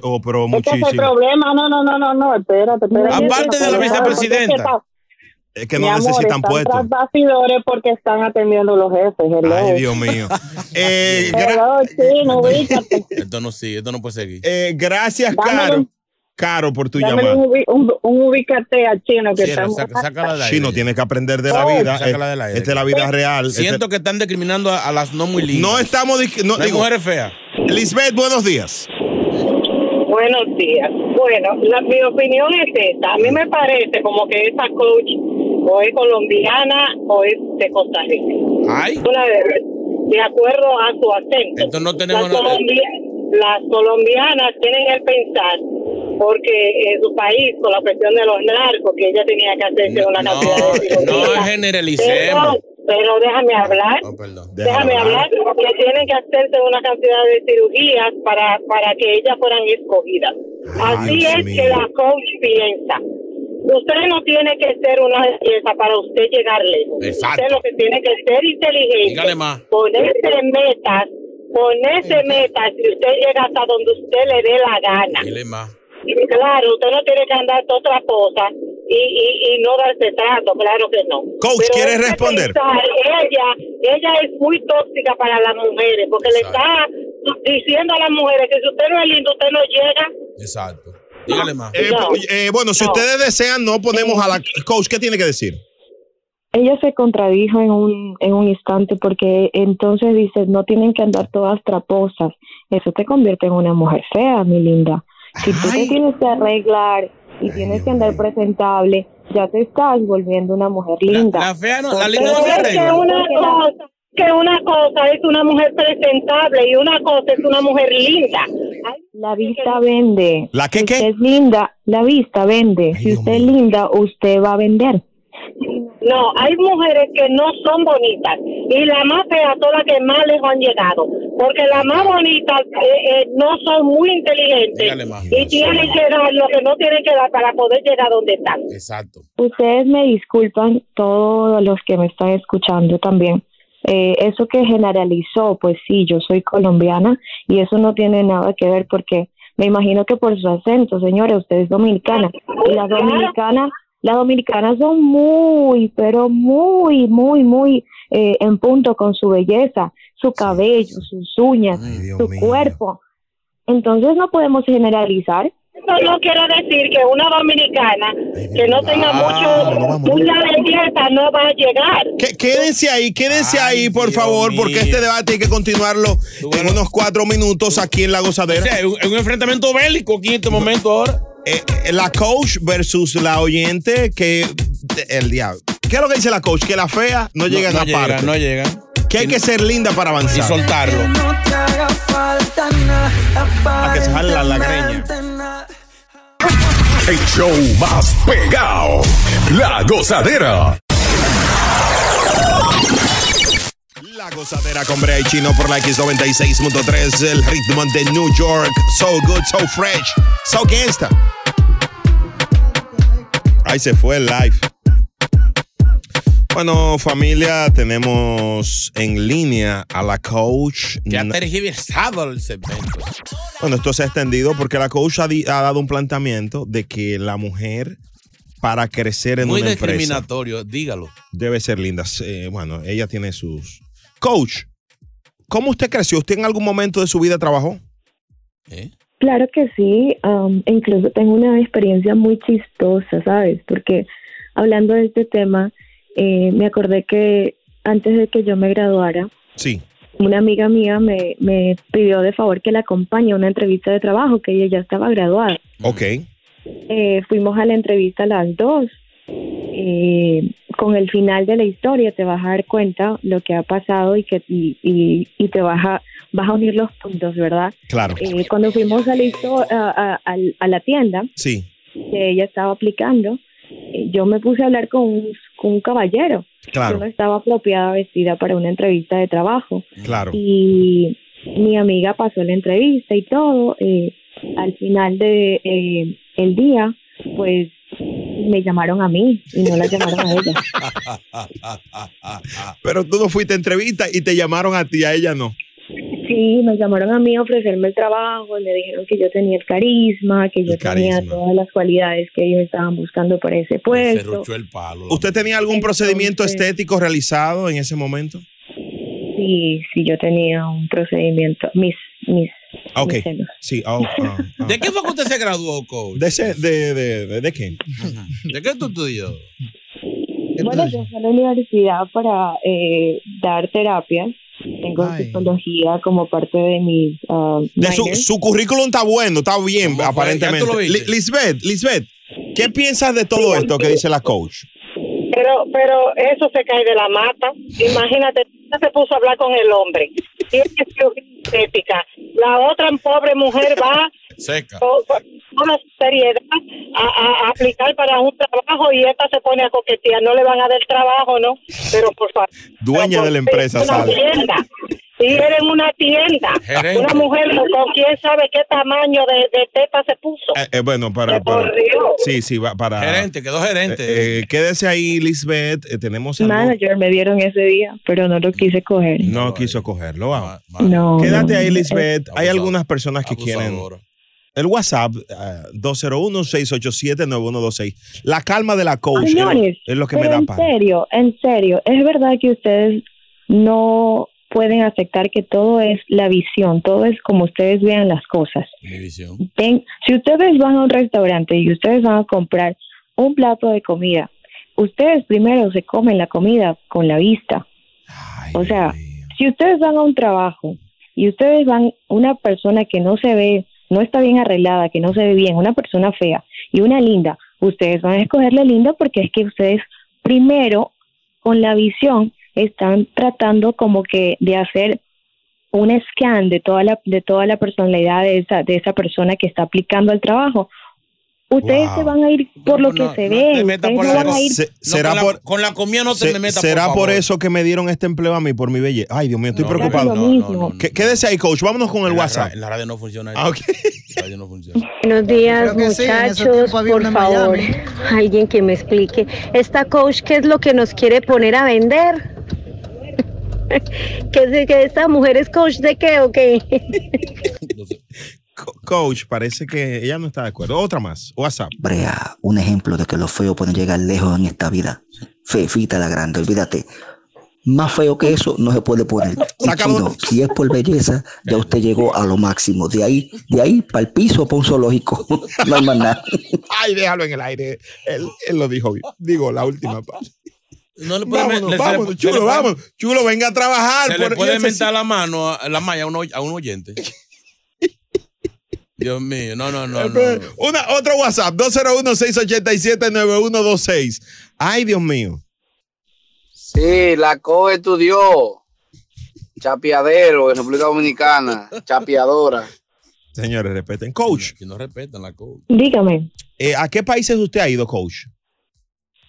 Oh, pero Este es el muchísimo. problema. No, no, no, no, no. Espérate, espérate. Aparte de Porque la es que vicepresidenta. está- Es que Mi no amor, necesitan están puestos. tras bastidores porque están atendiendo los jefes. hello. Ay, Dios mío. Eh, Hello, chino, ubícate. Esto no sigue, esto no puede seguir. Eh, gracias, Dámele Caro. un- Caro, por tu Dámele llamada. un, ubi- un- un ubícate a chino que Cierra, estamos- saca- sácala del aire. Chino tiene que aprender de la Oh. vida. Eh, Sácala del aire. Esta es la Eh, vida real. Este- Siento que están discriminando a, a las no muy lindas. No estamos dis- no, No hay digo- mujeres feas. Lisbeth, buenos días. Buenos días. Bueno, la- mi opinión es esta. A mí me parece como que esa coach o es colombiana o es de Costa Rica. Una de, de acuerdo a su acento. Entonces no tenemos las, nada- colombi- las colombianas tienen el pensar porque en su país, con la presión de los narcos, que ella tenía que hacerse una cantidad de... No Perdón, generalicemos. Pero déjame hablar. Déjame hablar. Que tienen que hacerse una cantidad de cirugías para, para que ellas fueran escogidas. Así es que la coach piensa. Usted no tiene que ser una belleza para usted llegar lejos. Exacto. Usted lo que tiene que ser inteligente. Dígale más. Ponerse metas. Ponerse metas y usted llega hasta donde usted le dé la gana. Claro, usted no tiene que andar toda otra cosa y, y, y no darse trato, claro que no. Coach, ¿quiere hay que responder? pensar, ella, ella es muy tóxica para las mujeres porque le está diciendo a las mujeres que si usted no es lindo, usted no llega. Exacto. Dígale más. Eh, po- eh, bueno, si ustedes desean, no ponemos a la coach. ¿Qué tiene que decir? ella se contradijo en un, en un instante porque entonces dice, no tienen que andar todas traposas. Eso te convierte en una mujer fea, mi linda. Si tú te tienes que arreglar y tienes que andar presentable, ya te estás volviendo una mujer linda. Ah, La, fea que una cosa que una cosa es una mujer presentable y una cosa es una mujer linda. La vista vende. ¿La qué, Si usted es linda, la vista vende. si usted es linda, usted va a vender. No, hay mujeres que no son bonitas y la más fea son las que más lejos han llegado, porque las más bonitas eh, eh, no son muy inteligentes y tienen que dar lo que no tienen que dar para poder llegar donde están. Exacto. Ustedes me disculpan, todos los que me están escuchando también. Eh, eso que generalizó, pues sí, yo soy colombiana y eso no tiene nada que ver porque me imagino que por su acento, señores, usted es dominicana. Y las dominicanas, las dominicanas son muy, pero muy, muy, muy eh, en punto con su belleza, su cabello, sus uñas, su cuerpo. Entonces no podemos generalizar. Eso no quiere decir que una dominicana que no tenga mucho, mucha belleza no va a llegar. Que- quédense ahí, quédense ahí, por favor, porque este debate hay que continuarlo en unos cuatro minutos aquí en La O Gozadera. Eh, sea, es un- es un enfrentamiento bélico aquí en este momento ahora. la coach versus la oyente que el diablo. ¿Qué es lo que dice la coach? Que la fea no, No- llegan no a llegan, parte. no llegan. Que hay que ser linda para avanzar. Y soltarlo. Para que se jale la lagreña. El show más pegado. La gozadera. La gozadera con Brea y Chino por la X96.3, el ritmo de New York. So good, so fresh, so gangsta. Ahí se fue el live. Bueno, familia, tenemos en línea a la coach. Na- Tergiversado el segmento. Bueno, esto se ha extendido porque la coach ha, di- ha dado un planteamiento de que la mujer para crecer en Muy una empresa discriminatorio, dígalo. debe ser linda. Eh, bueno, ella tiene sus. Coach, ¿cómo usted creció? ¿Usted en algún momento de su vida trabajó? Claro que sí, am, e incluso tengo una experiencia muy chistosa, ¿sabes? Porque hablando de este tema, eh, me acordé que antes de que yo me graduara, Sí. una amiga mía me, me pidió de favor que la acompañe a una entrevista de trabajo, que ella ya estaba graduada. Ok. Eh, fuimos a la entrevista a las dos. Eh, con el final de la historia te vas a dar cuenta lo que ha pasado y que y, y- y te vas a, vas a unir los puntos, ¿verdad? Claro. Eh, cuando fuimos a la, histo- a, a- al- a la tienda Sí. que ella estaba aplicando, eh, yo me puse a hablar con un, con un caballero. Claro. Yo no estaba apropiada vestida para una entrevista de trabajo. Claro. Y mi amiga pasó la entrevista y todo. eh, al final de eh, el día, pues me llamaron a mí y no la llamaron a ella. Pero tú no fuiste a entrevista y te llamaron a ti, a ella no. Sí, me llamaron a mí a ofrecerme el trabajo, y me dijeron que yo tenía el carisma, que yo tenía todas las cualidades que ellos estaban buscando para ese puesto. ¿Usted tenía algún procedimiento estético realizado en ese momento? Sí, sí, yo tenía un procedimiento, mis, mis, Ah, Ok. Sí. ah, ah, ah. ¿De qué fue que usted se graduó, coach? ¿De, ese- de, de, de- de qué? ¿De qué tú estudió? Bueno, yo fui a la universidad para eh, dar terapias. Tengo psicología como parte de mis. ah, De su, minors. su currículum está bueno, está bien, aparentemente. ¿Ya tú lo viste? Li- Lisbeth, Lisbeth, ¿qué piensas de todo esto que dice la coach? Pero, pero eso se cae de la mata. Imagínate, ella se puso a hablar con el hombre. Tiene cirugía estética. La otra pobre mujer va Seca. con, con toda seriedad a, a- a aplicar para un trabajo y esta se pone a coquetear, no le van a dar trabajo, ¿no? Pero por favor, Dueña de la empresa, una sale. tienda. Si eres una tienda, Gerente. una mujer con quién sabe qué tamaño de, de tepa se puso. Eh, eh, bueno, para, para- Sí, sí, va para. Gerente, quedó gerente. Eh, eh, quédese ahí, Lisbeth. eh, tenemos algo- Manager me vieron ese día, pero no lo quise coger. No quiso cogerlo. vamos. No. Quédate no. ahí, Lisbeth. Hay algunas personas que quieren. El WhatsApp, ah, 201-687-9126. La calma de la coach Señores, es, es lo que me pero da en pan. serio, en serio, es verdad que ustedes no pueden aceptar que todo es la visión, todo es como ustedes vean las cosas. Ten- si ustedes van a un restaurante y ustedes van a comprar un plato de comida, ustedes primero se comen la comida con la vista. o sea, si ustedes van a un trabajo y ustedes van una persona que no se ve, no está bien arreglada, que no se ve bien, una persona fea y una linda, ustedes van a escoger la linda porque es que ustedes primero con la visión están tratando como que de hacer un scan de toda la de toda la personalidad de esa de esa persona que está aplicando al trabajo. Ustedes se van a ir por lo que se ve. ustedes no van a ir- Se- será con, la, por- con la comida no te Se- me metas. ¿Será por, por, favor. eso que me dieron este empleo a mí, por mi belleza? Ay, Dios mío, estoy No, preocupado. no, no, no, no, Qu- Quédese ahí, coach. Vámonos con el En la WhatsApp. ra- en la radio no funciona. Ah, ok. Buenos días, Creo que sí, en ese muchachos. tiempo había por una en favor, Miami. alguien que me explique. Esta coach, ¿qué es lo que nos quiere poner a vender? ¿Que, es- que esta mujer es coach de qué o qué? Co- Coach, parece que ella no está de acuerdo. Otra más. WhatsApp. Brea, un ejemplo de que lo feo puede llegar lejos en esta vida. Fefita la grande, olvídate. Más feo que eso no se puede poner. Y Chino, si es por belleza, ya usted llegó a lo máximo. De ahí, de ahí para el piso, para un zoológico. No hay más nada. Ay, déjalo en el aire. Él, él lo dijo bien. Digo, la última parte. No le puede- vámonos, le- se le- vámonos, se le chulo, puede- vámonos. Chulo, venga a trabajar. Se le por- puede y ese- mentar la mano, a, la malla a un, oy- a un oyente. Dios mío, no, no, no. no. Espera, Una, otro WhatsApp, 201-687-9126. Ay, Dios mío. Sí, la COE estudió. Chapeadero en República Dominicana. Chapeadora. Señores, respeten. Coach. Que no respetan la coach. Dígame. Eh, ¿A qué países usted ha ido, coach?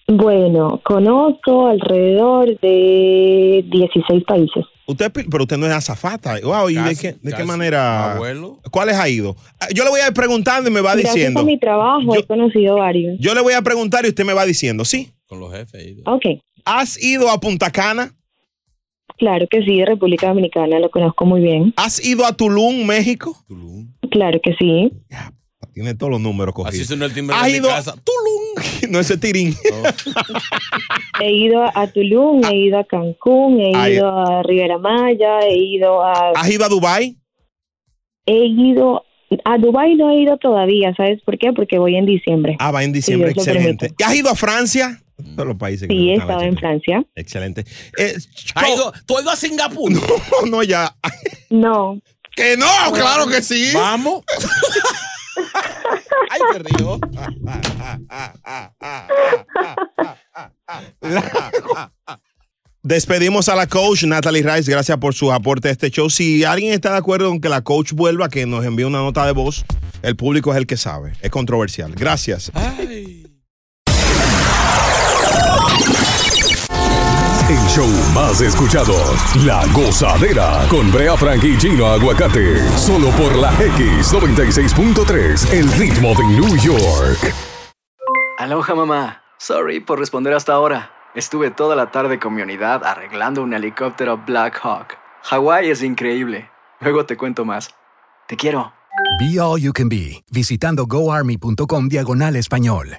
Bueno, conozco alrededor de 16 países. Usted, pi- pero usted no es azafata. Wow, ¿y de qué, de qué manera? ¿Cuáles ha ido? Ah, Yo le voy a ir preguntando y me va Gracias diciendo. a mi trabajo he conocido varios. Yo le voy a preguntar y usted me va diciendo, ¿sí? Con los jefes. ahí. Ok, ¿Has ido a Punta Cana? claro que sí, de República Dominicana lo conozco muy bien. ¿Has ido a Tulum, México? Claro que sí. Tiene todos los números Así cogidos. suena el timbre Ha de mi ido- casa. Oh. no ese tirín. He ido a Tulum, he ido a Cancún, he Ahí- ido a Riviera Maya, he ido a... ¿Has ido a Dubái? He ido... A Dubai no he ido todavía, ¿sabes por qué? Porque voy en diciembre. Ah, va en diciembre, excelente. ¿Y has ido a Francia? Todos los países que Sí, me he gustan a la estado en Francia. chica. Excelente. Eh, Ha ido- ¿Tú has ido a Singapur? No, no, ya. No. ¡Que no! ¡Claro que sí! ¡Vamos! ¡Ay, qué río! Ah, Despedimos a la coach Natalie Rice, gracias por su aporte a este show. Si alguien está de acuerdo con que la coach vuelva, que nos envíe una nota de voz, el público es el que sabe, es controversial. Gracias. El show más escuchado, La Gozadera, con Brea Frank y Gino Aguacate, solo por la X96.3, el ritmo de New York. Aloha mamá. Sorry por responder hasta ahora. Estuve toda la tarde con mi unidad arreglando un helicóptero Black Hawk. Hawái es increíble. Luego te cuento más. Te quiero. Be All You Can Be, visitando goarmy.com diagonal español.